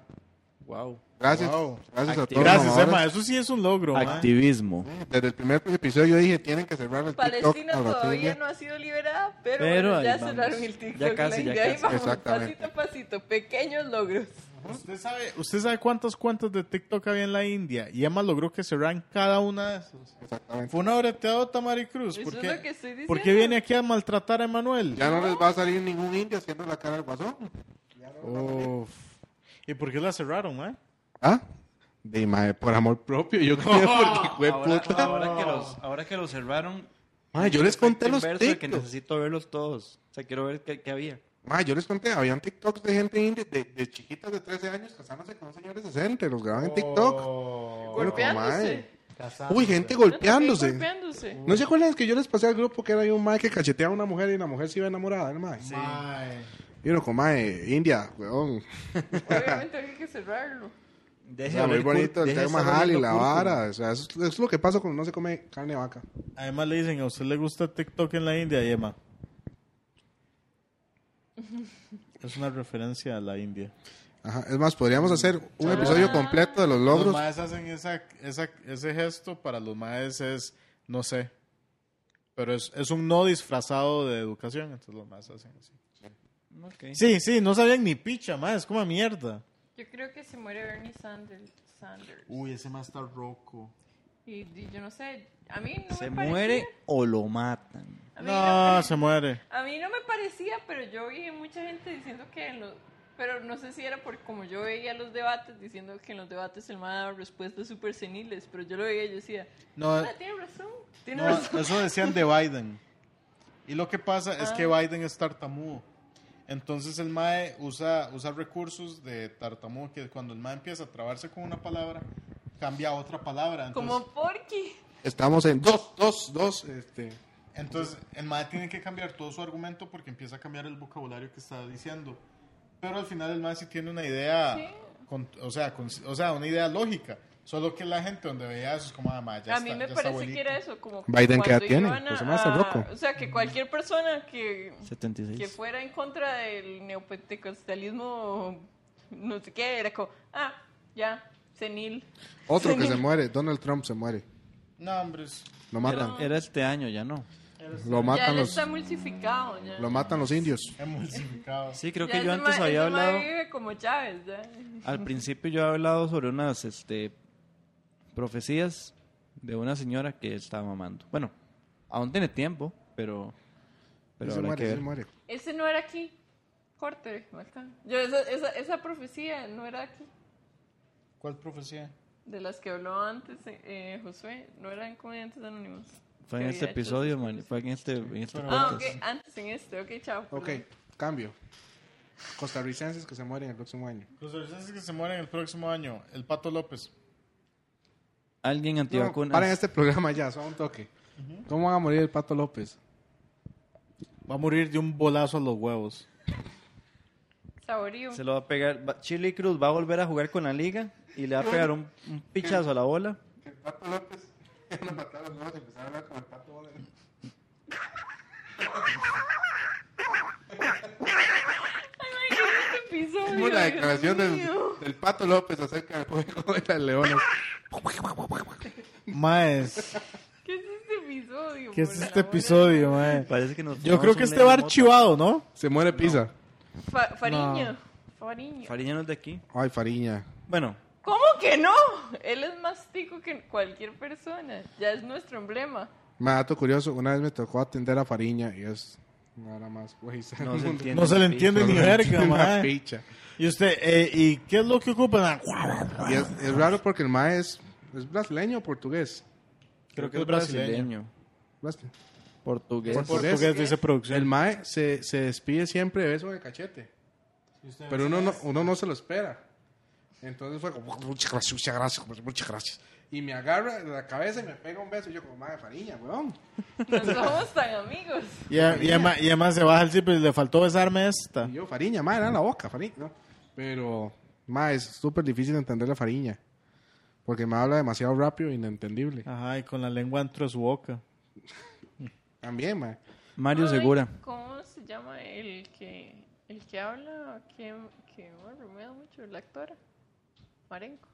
B: Wow.
D: Gracias.
A: Wow.
D: Gracias a
B: Activi-
D: todos.
A: Gracias,
D: los
A: Emma.
D: mamadores.
A: Eso sí es un logro, mae.
B: Activismo.
D: Desde el primer episodio yo dije, tienen que cerrar el
C: Palestina
D: TikTok. a la
C: todavía
D: India.
C: no ha sido liberada, pero,
B: Pero
C: bueno, ya
B: ahí vamos.
C: cerraron el TikTok.
B: Ya casi, ya
C: la idea, ahí
B: casi.
C: vamos,
D: Exactamente.
C: pasito a pasito, pequeños logros.
A: ¿Usted sabe, ¿Usted sabe cuántas cuentas de TikTok había en la India? Y Emma logró que cerraran cada una de esas.
D: Exactamente.
A: Fue una breteadota, Maricruz.
C: Eso
A: ¿Por
C: es
A: qué,
C: lo que estoy diciendo.
A: por qué viene aquí a maltratar a Emanuel?
D: Ya no les va a salir ningún indio haciendo la cara al guasón.
A: Uf. ¿Y por qué la cerraron, mae?
D: ¿Ah? De mae, por amor propio. Yo creo porque fue
B: Ahora,
D: puta.
B: ahora que los, ahora que los cerraron, Ah,
D: Mae, yo les conté los
B: inverso de que
D: TikToks.
B: necesito verlos todos. O sea, quiero ver qué, qué había.
D: Ma, yo les conté, habían TikToks de gente indie, de, de chiquitas de 13 años casándose con señores de 60, los graban en TikTok.
B: Oh.
C: Golpeándose.
D: eh. Uy, gente
C: Yo también
D: golpeándose.
C: golpeándose.
D: ¿No se acuerdan que yo les pasé al grupo que era ahí un mae que cacheteaba a una mujer y la mujer se iba enamorada, ¿no, mae?
A: Mae.
D: Y uno con mae, India, weón.
C: Obviamente había que cerrarlo.
D: O
B: Deje
D: sea, muy
B: oler cur-
D: bonito el
B: deje
D: tema
B: estar
D: jal y
B: oliendo
D: la
B: cúrcuma.
D: vara. O sea, eso es, eso es lo que pasa cuando no se come carne de vaca.
A: Además le dicen, ¿a usted le gusta TikTok en la India,
C: [LAUGHS]
A: Emma? Es una referencia a la India.
D: Ajá, es más, podríamos hacer un episodio completo de los
A: Los
D: logros.
A: maes hacen esa, esa- ese gesto, para los maes es, no sé, pero es, es un no disfrazado de educación, entonces los maes hacen así.
B: Ok.
A: Sí, sí, no sabían ni picha, mae, es como a mierda.
C: Yo creo que se muere Bernie Sanders. Sanders.
A: Uy, ese mae está roco.
C: Y, y yo no sé, a mí no
B: Se
C: me parecía.
B: muere o lo matan.
C: A mí no
A: No, se muere.
C: A mí no me parecía, pero yo vi mucha gente diciendo que en los... Pero no sé si era por como yo veía los debates, diciendo que en los debates el man daba respuestas súper seniles, pero yo lo veía y yo decía,
A: No,
C: ah, tiene razón, tiene
A: no,
C: razón.
A: eso decían de Biden. Y lo que pasa es
C: Ah.
A: que Biden es tartamudo. Entonces el mae usa, usa recursos de tartamudo, que cuando el mae empieza a trabarse con una palabra, cambia a otra palabra. Entonces,
C: [LAUGHS] Como Porky.
D: Estamos en dos, dos, dos. Este,
A: entonces el mae tiene que cambiar todo su argumento porque empieza a cambiar el vocabulario que está diciendo. Pero al final el mae sí tiene una idea,
C: Sí.
A: con- o, sea, con- o sea, una idea lógica. Solo que la gente donde veía eso es como, ah, mae, ya
C: a
A: está,
C: mí me
A: ya está
C: parece
A: abuelito".
C: que era eso, como
D: Biden,
C: cuando
D: ¿qué edad tiene?
C: iban a-
D: Pues, se me hace
C: a-
D: loco.
C: O sea, que cualquier persona que, que
B: 76.
C: fuera en contra del neopentecostalismo, no sé qué, era como, ah, ya, senil.
D: Otro que se muere, Donald Trump se muere.
A: No, hombre, es-
D: Lo
B: Era,
D: matan.
B: era este año, ya no.
D: Lo
C: Ya
D: matan
C: él
D: los,
C: está multificado. Ya.
D: lo matan los indios.
A: emulsificado.
B: Sí, creo
C: Ya
B: que yo
C: ese
B: antes
C: ma-
B: había
C: ese ma
B: hablado.
C: vive como Chávez, ya.
B: Al principio yo había hablado sobre unas este, profecías de una señora que estaba mamando. Bueno, aún tiene tiempo, pero, pero
D: Sí se
B: habrá
D: muere,
B: que
D: sí
B: ver.
D: se muere.
C: Ese no era aquí. Corte, acá. Yo, esa, esa, esa profecía no era aquí.
A: ¿Cuál profecía?
C: De las que habló antes eh, Josué, no eran comediantes anónimos.
B: Fue en
C: Que
B: este
C: había hecho
B: episodio,
C: esas
B: man, fue en este, en este
A: Pero-
C: Ah,
B: podcast.
C: ok, antes en este, ok, chao.
D: Ok,
C: perdón.
D: cambio. Costarricenses que se mueren el próximo año.
A: Los adolescentes que se mueren el próximo año. El Pato López.
B: Alguien
D: No,
B: antivacunas.
D: paren este programa ya, son un toque. ¿Cómo va a morir el Pato [LAUGHS] López?
E: Va a morir de un bolazo a los huevos.
C: Saborío.
B: Se lo va a pegar. va- Chili Cruz va a volver a jugar con la liga y le va a pegar un, un pichazo a la bola.
D: El Pato López lo mataron los empezaron a hablar con el Pato López.
C: Ay, qué bonito episodio,
D: Hicimos la
C: Dios
D: declaración del,
C: mío.
D: del Pato López acerca del juego de las leones.
E: Maes,
C: ¿Qué es este episodio?
E: ¿qué es
C: por la
E: este
C: hora?
E: episodio, mae?
B: Parece que nos
E: Yo
B: fumamos
E: creo que
B: un
E: este va
B: leñamoto.
E: archivado, ¿no?
D: Se muere Pisa.
C: Fa- Fariño. Fariño.
B: Fariña no es de aquí.
D: Ay, Fariña.
B: Bueno,
C: ¿Cómo que no? Él es más tico que cualquier persona. Ya es nuestro emblema.
D: Me dato curioso, una vez me tocó atender a Fariña y es nada más, [LAUGHS] güey.
B: no se entiende.
E: No se le
B: el piso.
E: entiende ni verga,
D: Una
E: mae.
D: picha.
E: Y usted, eh, ¿y qué es lo que ocupan? Ah,
D: Y es, es raro porque el mae es, es brasileño o portugués.
B: Creo que es brasileño.
D: Brasi-
B: Portugués.
D: Por-
E: Portugués dice
D: El
E: producción.
D: mae se, se despide siempre de beso en el cachete. Pero uno no, uno no se lo espera. Entonces fue como, muchas gracias, muchas gracias, pues, muchas gracias. Y me agarra de la cabeza y me pega un beso. Y yo como, madre, Fariña, weón.
C: No somos tan amigos.
E: Y, a- y además, y además se baja el zip y le faltó besarme esta.
D: Y yo, Fariña, madre, era la boca, Fariña. ¿no? Pero, madre, es súper difícil entender la Fariña. Porque me habla demasiado rápido e inentendible.
E: Ajá, y con la lengua dentro de su boca.
D: También, madre.
B: Mario
C: Ay,
B: Segura.
C: ¿Cómo se llama el que el que habla que que bueno, bromea mucho la actora? Marenco.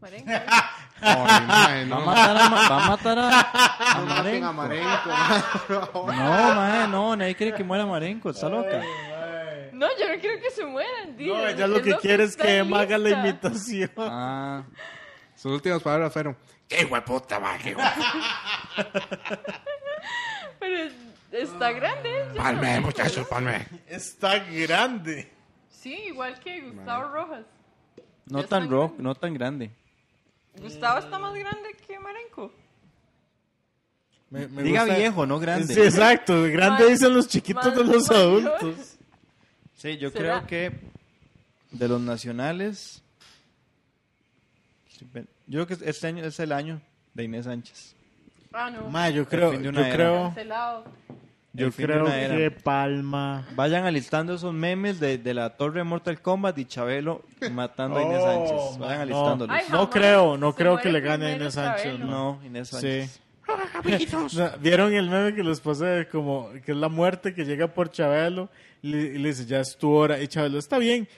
C: Marenco.
E: [LAUGHS]
D: Ay, madre,
B: Va a
D: no.
B: matar a, Ma- va a, matar a, a
D: [LAUGHS] No maten a
B: Marenco.
D: Marenco, madre.
B: No, mae, no, nadie quiere que muera Marenco, está loca.
C: No, yo no quiero que se mueran, tío.
E: No, ella lo que quiere es que Emma haga la imitación.
B: Ah,
D: Sus últimas palabras fueron, qué hueputa, madre, qué hueputa.
C: Pero es-
E: Ah,
C: está grande ella.
D: Palme, muchachos, palme.
E: Está grande.
C: Sí, igual que Gustavo Rojas.
B: no
C: Ya
B: tan
C: está
B: rock,
C: grande.
B: no tan grande.
C: Gustavo está más grande que Marenco.
E: Me- me
B: Diga
E: gusta-
B: viejo, no grande.
E: Sí, exacto. Grande
C: Más-
E: dicen los chiquitos
C: más
E: de los
C: mayor.
E: adultos.
B: Sí, yo
C: ¿Será?
B: creo que de los nacionales. Yo creo que este año es el año de Inés Sánchez.
C: Ah, no.
E: Ma, yo creo,
B: El fin de
E: yo
B: una era.
E: creo,
C: Cancelado.
B: Yo
E: yo
B: fin de
E: creo
B: una era.
E: que Palma.
B: Vayan alistando esos memes de, de la torre de Mortal Kombat y Chabelo matando a Inés Sánchez. Vayan
E: No,
B: alistándolos.
C: Ay,
E: no
C: jamás.
E: creo, no
C: Se
E: creo
C: muere
E: que le gane a
C: primero
E: Inés Sánchez.
C: Chabelo.
E: No,
B: No, Inés
E: sí.
B: Sánchez.
E: [LAUGHS] No, ¿Vieron el meme que les pasé? de Como que es la muerte que llega por Chabelo y le, y le dice, ya es tu hora. Y Chabelo, está bien,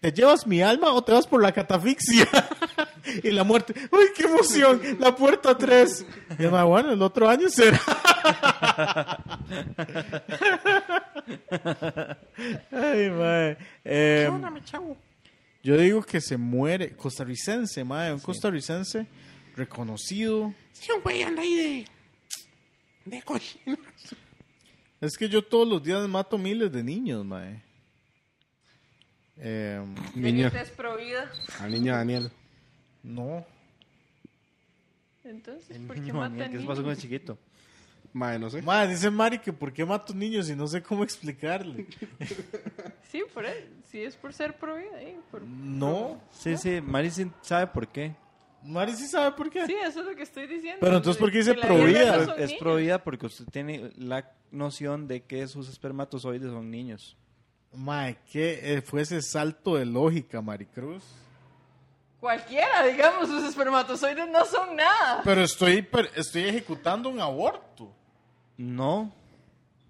E: ¿te llevas mi alma o te vas por la catafixia? [LAUGHS] y la muerte, ¡ay, qué emoción! La puerta 3. Y el mae, bueno, el otro año será. [LAUGHS] Ay, mae. Eh, yo digo que se muere. Costarricense, mae, un costarricense reconocido. Es que yo todos los días mato miles de niños, mae. Em,
D: Niño,
C: Benítez Provida.
D: al niño Daniel.
E: no.
C: Entonces,
B: El
C: ¿por qué
B: niño Daniel,
C: matan
B: ¿qué se
C: niños?
B: pasó con el chiquito?
D: Mae, no sé.
A: Madre, dice Mari que por qué mato niños y no sé cómo explicarle.
C: Sí, por eso. Sí, es por ser pro vida. eh, por-
A: No.
B: Sí, sí, Mari sí sabe por qué.
A: Mari sí sabe por qué.
C: Sí, eso es lo que estoy diciendo.
A: Pero entonces, ¿por qué dice
C: Que la ¿eh?
A: pro
C: vida
A: vida?
C: no
B: Es,
C: son
B: es
C: niños.
B: prohibida porque usted tiene la noción de que sus espermatozoides son niños.
A: Mae, ¿qué eh, fue ese salto de lógica, Maricruz?
C: Cualquiera, digamos, sus espermatozoides no son nada.
A: Pero estoy, estoy ejecutando un aborto.
B: No.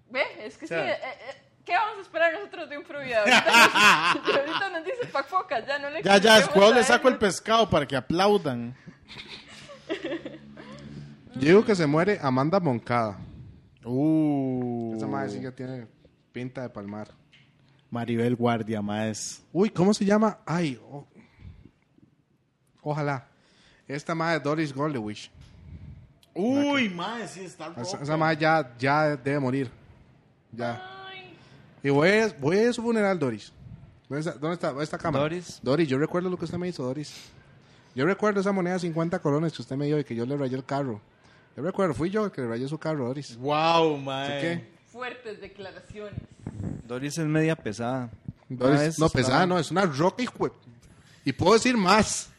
C: Ve, es que
B: O sea-
C: sí. eh, eh, ¿Qué vamos a esperar nosotros de un pro vida? Ahorita
A: [LAUGHS]
C: nos, ahorita nos dice Pacfocas, ya no le
A: Ya, ya,
C: expliquemos
A: después
C: a
A: le
C: él.
A: saco el pescado para que aplaudan.
D: Yo digo que se muere Amanda Moncada.
A: Uh.
D: Esa madre sí ya tiene pinta de palmar.
A: Maribel Guardia, maes.
D: Uy, ¿cómo se llama? Ay, o- ojalá. Esta madre Doris Goldewich.
A: Uy, mae, sí, está
D: Esa,
A: roca.
D: esa madre ya, ya debe morir. Ya.
C: Ay,
D: Y voy a, voy a su funeral, Doris. ¿Dónde está, dónde está esta cámara?
B: Doris.
D: Doris, yo recuerdo lo que usted me hizo, Doris. Yo recuerdo esa moneda de 50 colones que usted me dio y que yo le rayé el carro. Yo recuerdo, fui yo el que le rayé su carro, Doris.
A: Wow,
D: ¿Por
A: mae.
D: qué?
C: fuertes declaraciones.
B: Doris es media pesada. Una
D: Doris,
B: vez
D: no,
B: estaba-
D: pesada, no, es una roca y Y puedo decir [LAUGHS] más.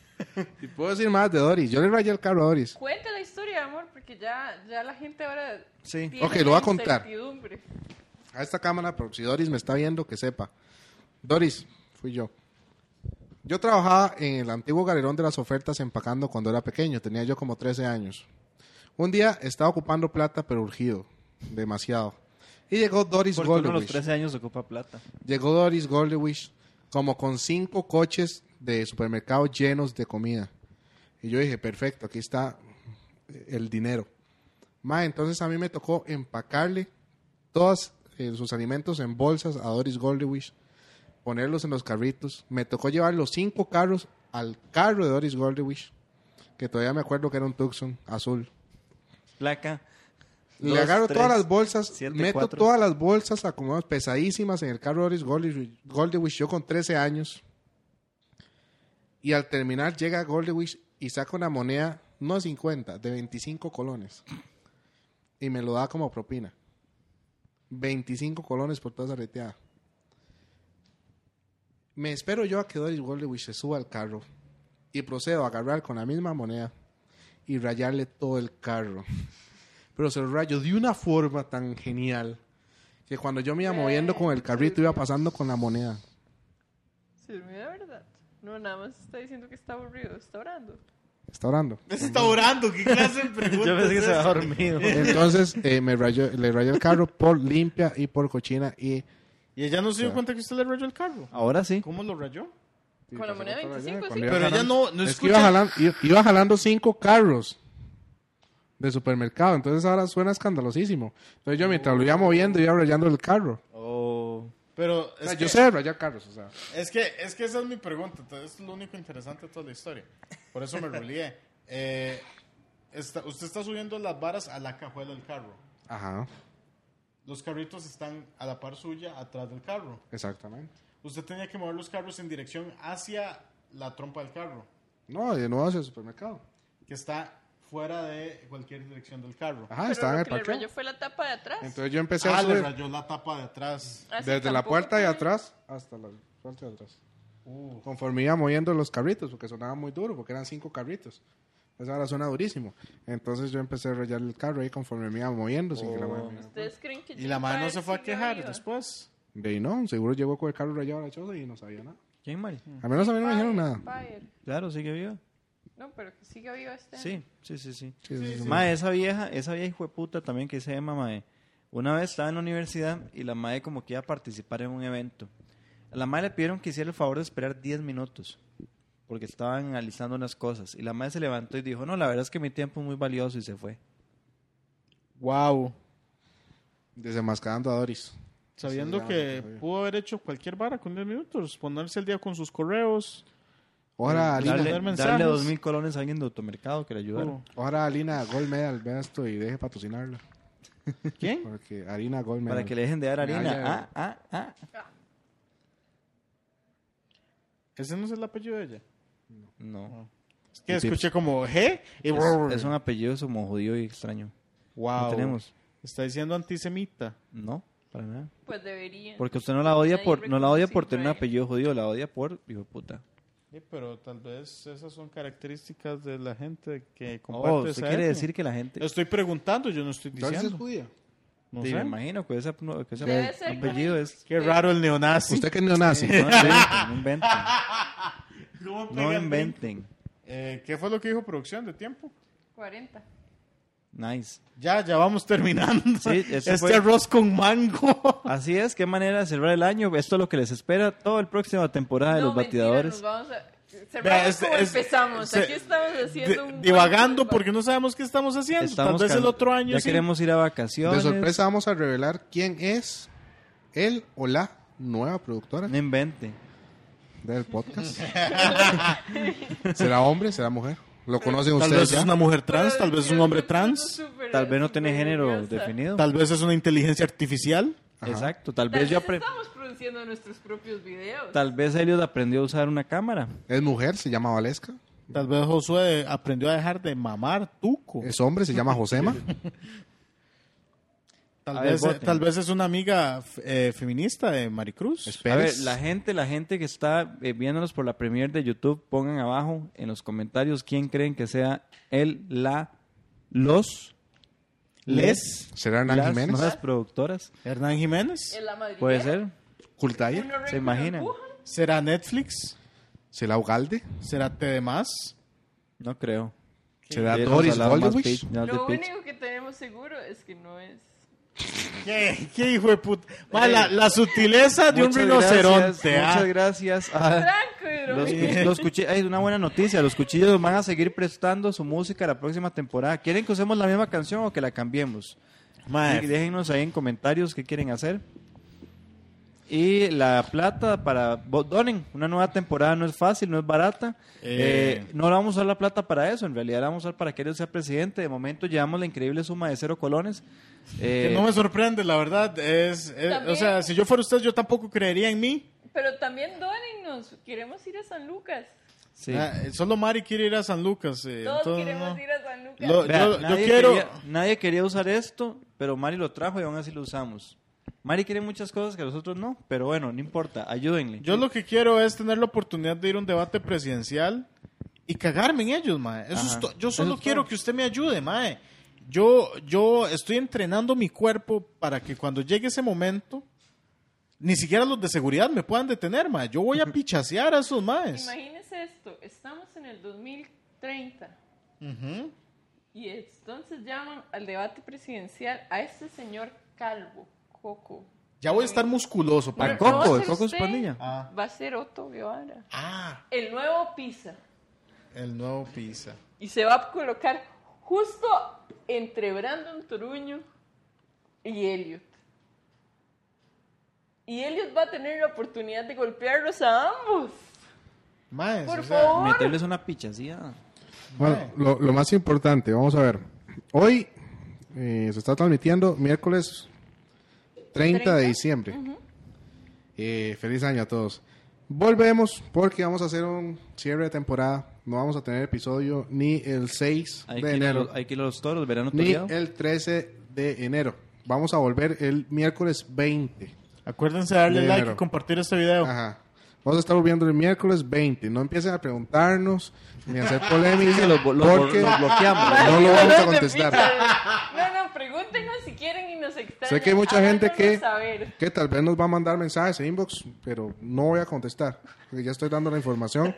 D: y puedo decir más de Doris. Yo le rayé el carro a Doris.
C: Cuenta la historia, amor, porque ya, ya la gente ahora.
B: Sí.
C: tiene
D: Ok, lo
C: la
D: voy a contar.
C: incertidumbre.
D: A esta cámara, pero si Doris me está viendo, que sepa. Doris, fui yo. Yo trabajaba en el antiguo galerón de las ofertas empacando cuando era pequeño. Tenía yo como 13 años. Un día estaba ocupando plata, pero urgido. Demasiado. Y llegó Doris
B: Porque uno a los
D: Goldewich.
B: 13 años ocupa plata.
D: Llegó Doris Goldewich como con cinco coches de supermercado llenos de comida. Y yo dije, perfecto, aquí está el dinero. Ma, entonces a mí me tocó empacarle todos eh, sus alimentos en bolsas a Doris Goldewich, ponerlos en los carritos. Me tocó llevar los cinco carros al carro de Doris Goldewich, que todavía me acuerdo que era un Tucson azul.
B: Placa.
D: Le
B: dos,
D: agarro
B: tres,
D: todas las bolsas,
B: siete,
D: meto
B: cuatro.
D: todas las bolsas acomodadas pesadísimas en el carro de Doris Goldi- Goldewich, yo con 13 años. Y al terminar llega Goldewich y saca una moneda, no de 50, de 25 colones. Y me lo da como propina. 25 colones por toda esa reteada. Me espero yo a que Doris Goldewich se suba al carro y procedo a agarrar con la misma moneda y rayarle todo el carro pero se lo rayo de una forma tan genial que cuando yo me iba moviendo con el carrito iba pasando con la moneda.
C: Se durmió de verdad. No, nada más está diciendo que está aburrido, está orando.
D: Está orando.
A: Se está orando, ¿qué clase de pregunta?
B: Yo pensé que
A: es
B: se había
A: esa?
B: dormido.
D: Entonces eh, me rayó, le rayé el carro por limpia y por cochina y
A: Y ella no se dio
D: Ya.
A: cuenta que usted le rayó el carro.
B: [LAUGHS] Ahora sí.
A: ¿Cómo lo rayó?
C: Con la moneda de 25, sí.
A: Pero ella no, no
D: es que iba
A: escucha.
D: jalando, i- iba jalando cinco carros de supermercado, entonces ahora suena escandalosísimo. Entonces yo mientras lo iba moviendo iba rayando el carro.
B: O
A: Pero
D: O sea,
A: es
D: yo
A: que,
D: sé rayar carros, o sea.
A: es que es que esa es mi pregunta. Entonces es lo único interesante de toda la historia. Por eso me [LAUGHS] relié. Eh, está- usted está subiendo las varas a la cajuela del carro.
D: Ajá,
A: Los carritos están a la par suya atrás del carro.
D: exactamente.
A: Usted tenía que mover los carros en dirección hacia la trompa del carro,
D: No, de nuevo hacia el supermercado.
A: que está fuera de cualquier dirección del carro.
D: Ajá,
C: Pero
D: Ah, estaba en
C: lo
D: el
C: que le
D: parqueo.
C: rayó fue la tapa de atrás.
D: Entonces yo empecé a
A: Ah, le
D: subir.
A: rayó la tapa de atrás.
C: Así
D: Desde la
C: tampoco
D: puerta de
C: tiene-
D: atrás hasta la puerta de atrás.
A: Uh,
D: Conforme iba moviendo los carritos, porque sonaba muy duro, porque eran cinco carritos. Entonces ahora suena durísimo. Entonces yo empecé a rayar el carro ahí conforme me iba moviendo. sin que la madre me-
C: ¿Ustedes creen que
A: y la
C: madre
A: mano no se fue a quejar después.
D: De ahí no, seguro llegó con el carro rayado a la choza y no sabía nada.
B: ¿Quién, Mari?
D: Al menos a mí no me dijeron nada.
B: Claro, sigue viva.
C: No, pero que siga viva este.
B: Sí, sí, sí, sí.
D: Sí, sí, sí.
B: Ma, esa vieja, esa vieja hijo de puta también que se llama Mae. Una vez estaba en la universidad y la Mae como que iba a participar en un evento. A la Mae le pidieron que hiciera el favor de esperar 10 minutos porque estaban analizando unas cosas. Y la Mae se levantó y dijo, no, la verdad es que mi tiempo es muy valioso y se fue.
A: Wow.
D: Desenmascarando a Doris.
A: Sabiendo
D: Sí, ya,
A: que
D: ya sabía.
A: pudo haber hecho cualquier vara con 10 minutos, ponerse al día con sus correos.
D: Ahora Alina,
A: mandar
B: Darle,
A: mensajes.
B: darle 2.000 colones a alguien de automercado que le ayudara.
A: Uh,
D: ahora Alina Gold Medal, vea esto y deje patrocinarla.
A: ¿Quién?
D: Porque Alina Gold Medal.
B: Para que le dejen de dar harina.
D: Medalla.
B: Ah, ah, ah.
A: Ese no es el apellido de ella.
B: No.
A: Es que
D: Sí, sí.
A: escuché como G y
B: Es, es un apellido como judío y extraño.
A: wow.
E: Ah,
B: No tenemos.
F: Está diciendo antisemita.
B: No, para nada.
C: Pues debería.
B: Porque usted no la odia
C: Nadie
B: por, no la odia
C: reconoce
B: por tener un
C: Israel.
B: apellido judío, la odia por, hijo de puta.
F: Sí, pero tal vez esas son características de la gente que comparte
B: Oh, usted
F: esa
B: quiere
F: etnia.
B: decir que la gente...
F: Estoy preguntando, yo no estoy
D: Entonces es
F: diciendo.
D: judía.
F: No
B: Sí,
F: sé.
B: me imagino que ese, que ese
C: Debe ser
B: apellido
C: con-
B: es...
F: Qué raro el neonazi.
D: Usted que es neonazi.
B: [LAUGHS] No inventen, no inventen.
A: ¿Cómo
C: [LAUGHS]
B: No
A: pega el
B: inventen.
A: Eh, ¿Qué fue lo que dijo producción de tiempo?
C: 40.
B: Nice.
F: Ya, ya vamos terminando.
B: Sí, eso
F: este
B: fue-
F: arroz con mango.
B: Así es, qué manera de cerrar el año. Esto es lo que les espera toda la próxima temporada de
C: no,
B: los
C: mentira,
B: bateadores.
C: nos vamos a- cerramos
E: Vea, es-
C: como
E: es-
C: empezamos.
E: se-
C: Aquí estamos
E: de-
C: haciendo un...
E: divagando porque no sabemos qué estamos haciendo.
B: Estamos
E: Tal vez el
B: cal-
E: otro año
B: Ya
E: sí.
B: queremos ir a
D: De
B: vacaciones.
D: sorpresa vamos a revelar quién es el o la nueva productora
B: No inventen.
D: del podcast. ¿Será hombre? ¿Será mujer? ¿Lo conocen
E: Tal
D: ustedes
E: vez
D: ya?
E: es una mujer
C: Pero
E: trans, tal vez es un
C: yo
E: hombre
C: me
E: trans,
C: siento súper-
B: Tal vez no tiene
C: súper
B: género
C: orgullosa.
B: definido.
E: tal vez es una inteligencia artificial.
D: Ajá.
B: Exacto. Tal
C: Tal
B: vez
C: vez
B: yo apre-
C: estamos produciendo nuestros propios videos.
B: Tal vez Elliot aprendió a usar una cámara.
D: ¿Es mujer? ¿Se llama Valesca?
E: Tal vez Josué aprendió a dejar de mamar tuco.
D: ¿Es hombre? ¿Se llama Josema?
E: Tal,
B: A ver,
E: vez,
B: voten.
E: tal vez es una amiga f- eh, feminista de Maricruz.
D: ¿Es
B: A ver,
D: Pérez?
B: la gente, la gente que está eh, viéndonos por la premier de YouTube, pongan abajo en los comentarios quién creen que sea el, la, los,
E: Les.
D: ¿Será Hernán
B: las
D: Jiménez?
B: nuevas productoras.
E: Hernán Jiménez.
C: Es la madriguera.
B: Puede ser.
D: ¿Cultaya?
C: Uno
B: ¿Se
C: rico
B: imaginan?
C: lo empuja.
E: ¿Será Netflix?
D: ¿Será Ugalde?
E: ¿Será TD más?
B: No creo.
D: ¿Será
B: Ellos
D: Doris
B: hablaron más pitch,
D: Goldwich?
B: más de
C: Lo
B: pitch.
C: único que tenemos seguro es que no es.
E: ¿Qué, qué hijo de puta? Ma, la, la sutileza de un
B: Muchas
E: rinoceronte.
B: gracias,
E: ah.
B: Muchas gracias. a [LAUGHS]
C: Franco, pero
B: Los, cuch- los cuchi- ay, una buena noticia, los cuchillos van a seguir prestando su música la próxima temporada. ¿Quieren que usemos la misma canción o que la cambiemos?
E: Ma,
B: Y déjennos ahí en comentarios qué quieren hacer. Y la plata para bo- donen. Una nueva temporada no es fácil, no es barata.
E: Eh.
B: Eh, no la vamos a usar la plata para eso. En realidad la vamos a usar para que él sea presidente. De momento llevamos la increíble suma de cero colones. Eh,
E: que no me sorprende, la verdad. Es, es- o
C: También.
E: sea, si yo fuera usted, yo tampoco creería en mí.
C: Pero también dónennos. Queremos ir a San Lucas.
B: sí.
E: Ah, eh, solo Mari quiere ir a San Lucas. eh,
C: Todos
E: entonces,
C: queremos
E: no.
C: ir a San Lucas.
E: Lo-
B: Vea,
E: yo- yo
B: nadie,
E: quiero-
B: quería, nadie quería usar esto, pero Mari lo trajo y aún así lo usamos. Mari quiere muchas cosas que nosotros no, pero bueno, no importa, ayúdenle.
E: Yo lo que quiero es tener la oportunidad de ir a un debate presidencial y cagarme en ellos, mae. Eso
B: Ajá.
E: es to- yo
B: Eso
E: solo
B: es
E: quiero
B: todo.
E: que usted me ayude, mae. Yo, yo estoy entrenando mi cuerpo para que cuando llegue ese momento, ni siquiera los de seguridad me puedan detener, mae. Yo voy a pichasear a esos maes.
C: Imagínense esto. Estamos en el 2030. Y entonces llaman al debate presidencial a este señor calvo, Coco.
E: Ya voy a estar musculoso
B: ¿A
E: para
C: Bueno,
B: Coco?
C: no va a
B: ¿El
C: ser
B: Coco es
C: usted,
B: pandilla?
E: Ah.
C: Va a ser Otto Guevara.
E: Ah,
C: El nuevo Pisa.
E: el nuevo pizza.
C: Y se va a colocar justo entre Brandon Toruño y Elliot. Y Elliot va a tener la oportunidad de golpearlos a ambos.
E: Maes,
C: Por
E: o sea,
C: favor.
B: Meterles una pichacía.
D: Bueno, lo, lo más importante, vamos a ver. Hoy eh, se está transmitiendo miércoles 30, de diciembre. Eh, feliz año a todos. Volvemos porque vamos a hacer un cierre de temporada. No vamos a tener episodio ni el 6
B: Hay
D: de
B: que, ir a
D: enero,
B: los, hay que ir a los toros, verano
D: ni
B: toreado.
D: el 13 de enero. Vamos a volver el miércoles 20.
E: acuérdense de darle
D: De
E: like
D: enero.
E: y compartir este video.
D: Ajá. Vamos a estar volviendo el miércoles 20. No empiecen a preguntarnos ni a hacer polémica.
B: los bo- los bo-
D: porque
B: los bloqueamos.
D: No lo vamos a contestar.
C: No, no, pregúntenos si quieren y nos extrañan.
D: Sé que hay mucha gente que,
C: Háganos saber.
D: que tal vez nos va a mandar mensajes en inbox, pero no voy a contestar. porque ya estoy dando la información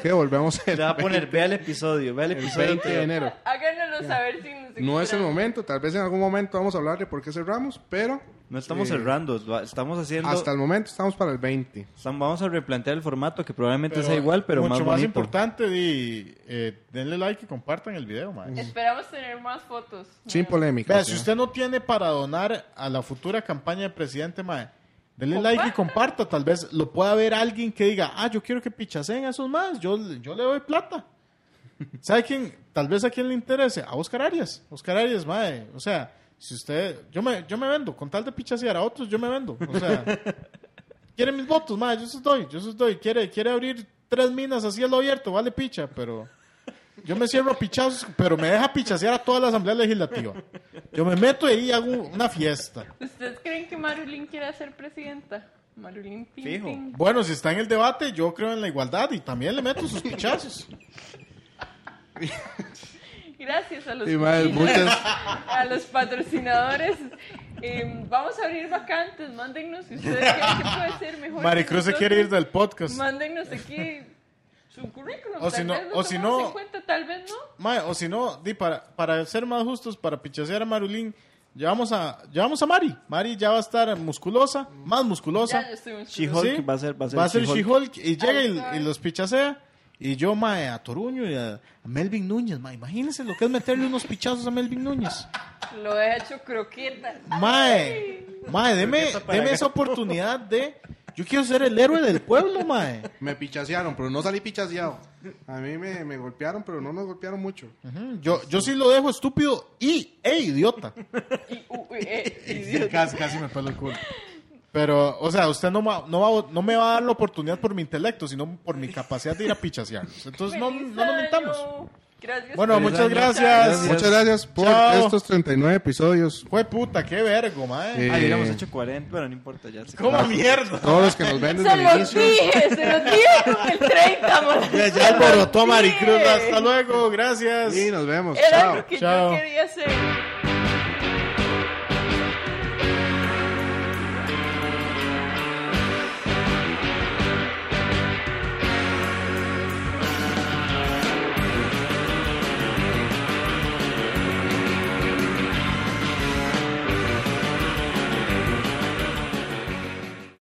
D: que volvemos
B: Te
D: el
B: va a poner, vea el episodio, vea el episodio.
D: 20 de enero.
C: Háganoslo saber si nos
D: No es el
C: extrañan.
D: momento, tal vez en algún momento vamos a hablar de por qué cerramos, pero
B: No estamos
D: eh,
B: cerrando, va- estamos haciendo...
D: hasta el momento estamos para el 20.
B: estamos- vamos a replantear el formato, que probablemente
E: Pero
B: sea igual, pero
E: mucho
B: más
E: más,
B: bonito.
E: importante, di, eh, denle like y compartan el video, mae.
C: Esperamos tener más fotos.
D: Sin
C: Bueno.
D: polémica.
E: Vea,
D: o sea.
E: si usted no tiene para donar a la futura campaña del presidente, mae, denle like y comparta. Tal vez lo pueda ver alguien que diga, ah, yo quiero que pichacen a esos más, yo, yo le
A: [LAUGHS]
E: doy plata. ¿Sabe quién? Tal vez a quién le interese. A Oscar Arias. Oscar Arias, mae. O sea, si usted. Yo me, yo me vendo. Con tal de pichasear a otros, yo me vendo.
A: [LAUGHS]
E: O sea. quiere mis votos, mae. Yo se los doy. Yo se los doy. Quiere, quiere abrir tres minas a cielo abierto. Vale picha, pero.
A: Yo me cierro a pichazos, pero me deja pichasear a toda la Asamblea Legislativa. Yo me meto ahí y hago una fiesta.
C: ¿Ustedes creen que Marulín quiera ser presidenta? Marulín Pin
B: Fijo.
C: Pin.
A: Bueno, si está en el debate, yo creo en la igualdad y también le meto sus pichazos.
C: Gracias a los,
D: Y, mae,
C: pichines,
D: muchas-
C: a los patrocinadores. Eh, vamos a abrir vacantes, mándennos si ustedes creen que puede ser mejor. que
A: Maricruz se
C: nosotros.
A: quiere ir del podcast.
C: Mándennos aquí su currículum.
A: O si
C: tal
A: no-
C: vez lo
A: o si
C: tomamos
A: no-
C: en cuenta, tal vez no.
A: Mae, o si no, di, para, para ser más justos, para pichasear a Marulín, llevamos a, llevamos a Mari. Mari ya va a estar musculosa, más musculosa.
C: Ya, yo estoy muy
B: She-Hulk.
A: Sí,
B: va a ser- va a ser
A: She-Hulk. y llega
C: Ay,
A: y- y,
C: sorry.
A: los pichasea. Y yo, mae, a Toruño y a Melvin Núñez, mae, imagínense lo que es meterle unos pichazos a Melvin Núñez.
C: Lo he hecho croqueta.
A: Mae, mae, deme, deme esa oportunidad de... Yo quiero ser el héroe del pueblo, mae.
D: Me pichasearon, pero no salí pichaseado. A mí me, me golpearon, pero no nos golpearon mucho.
A: Ujú, Yo, yo sí lo dejo estúpido y e idiota.
C: Y, u- u-
A: [LAUGHS]
C: eh, idiota.
A: Casi, casi me pelo el culo. Pero, o sea, usted no, ma- no, va- no me va a dar la oportunidad por mi intelecto, sino por mi capacidad de ir a pichasearlos. Entonces, pues no, no
C: Feliz
A: nos
C: año.
A: mintamos.
C: Gracias.
A: Bueno,
C: por
A: muchas
B: año.
A: gracias.
B: Gracias.
D: Muchas gracias por
A: Chao.
D: estos 39 episodios.
A: Fue puta, qué vergo, mae.
D: Eh,
B: Ah, hubiéramos hecho 40, pero no importa, ya. se-
A: ¿Cómo mierda?
D: Todos los que nos ven desde
C: Se
D: el
C: los
D: inicio.
C: dije, se los dije con el 30, man.
A: Ya, ya alborotó a Maricruz.
C: Sí.
A: Hasta luego, gracias.
D: Y nos vemos.
C: Era
D: Chao.
C: lo que
A: Chao.
C: yo quería hacer.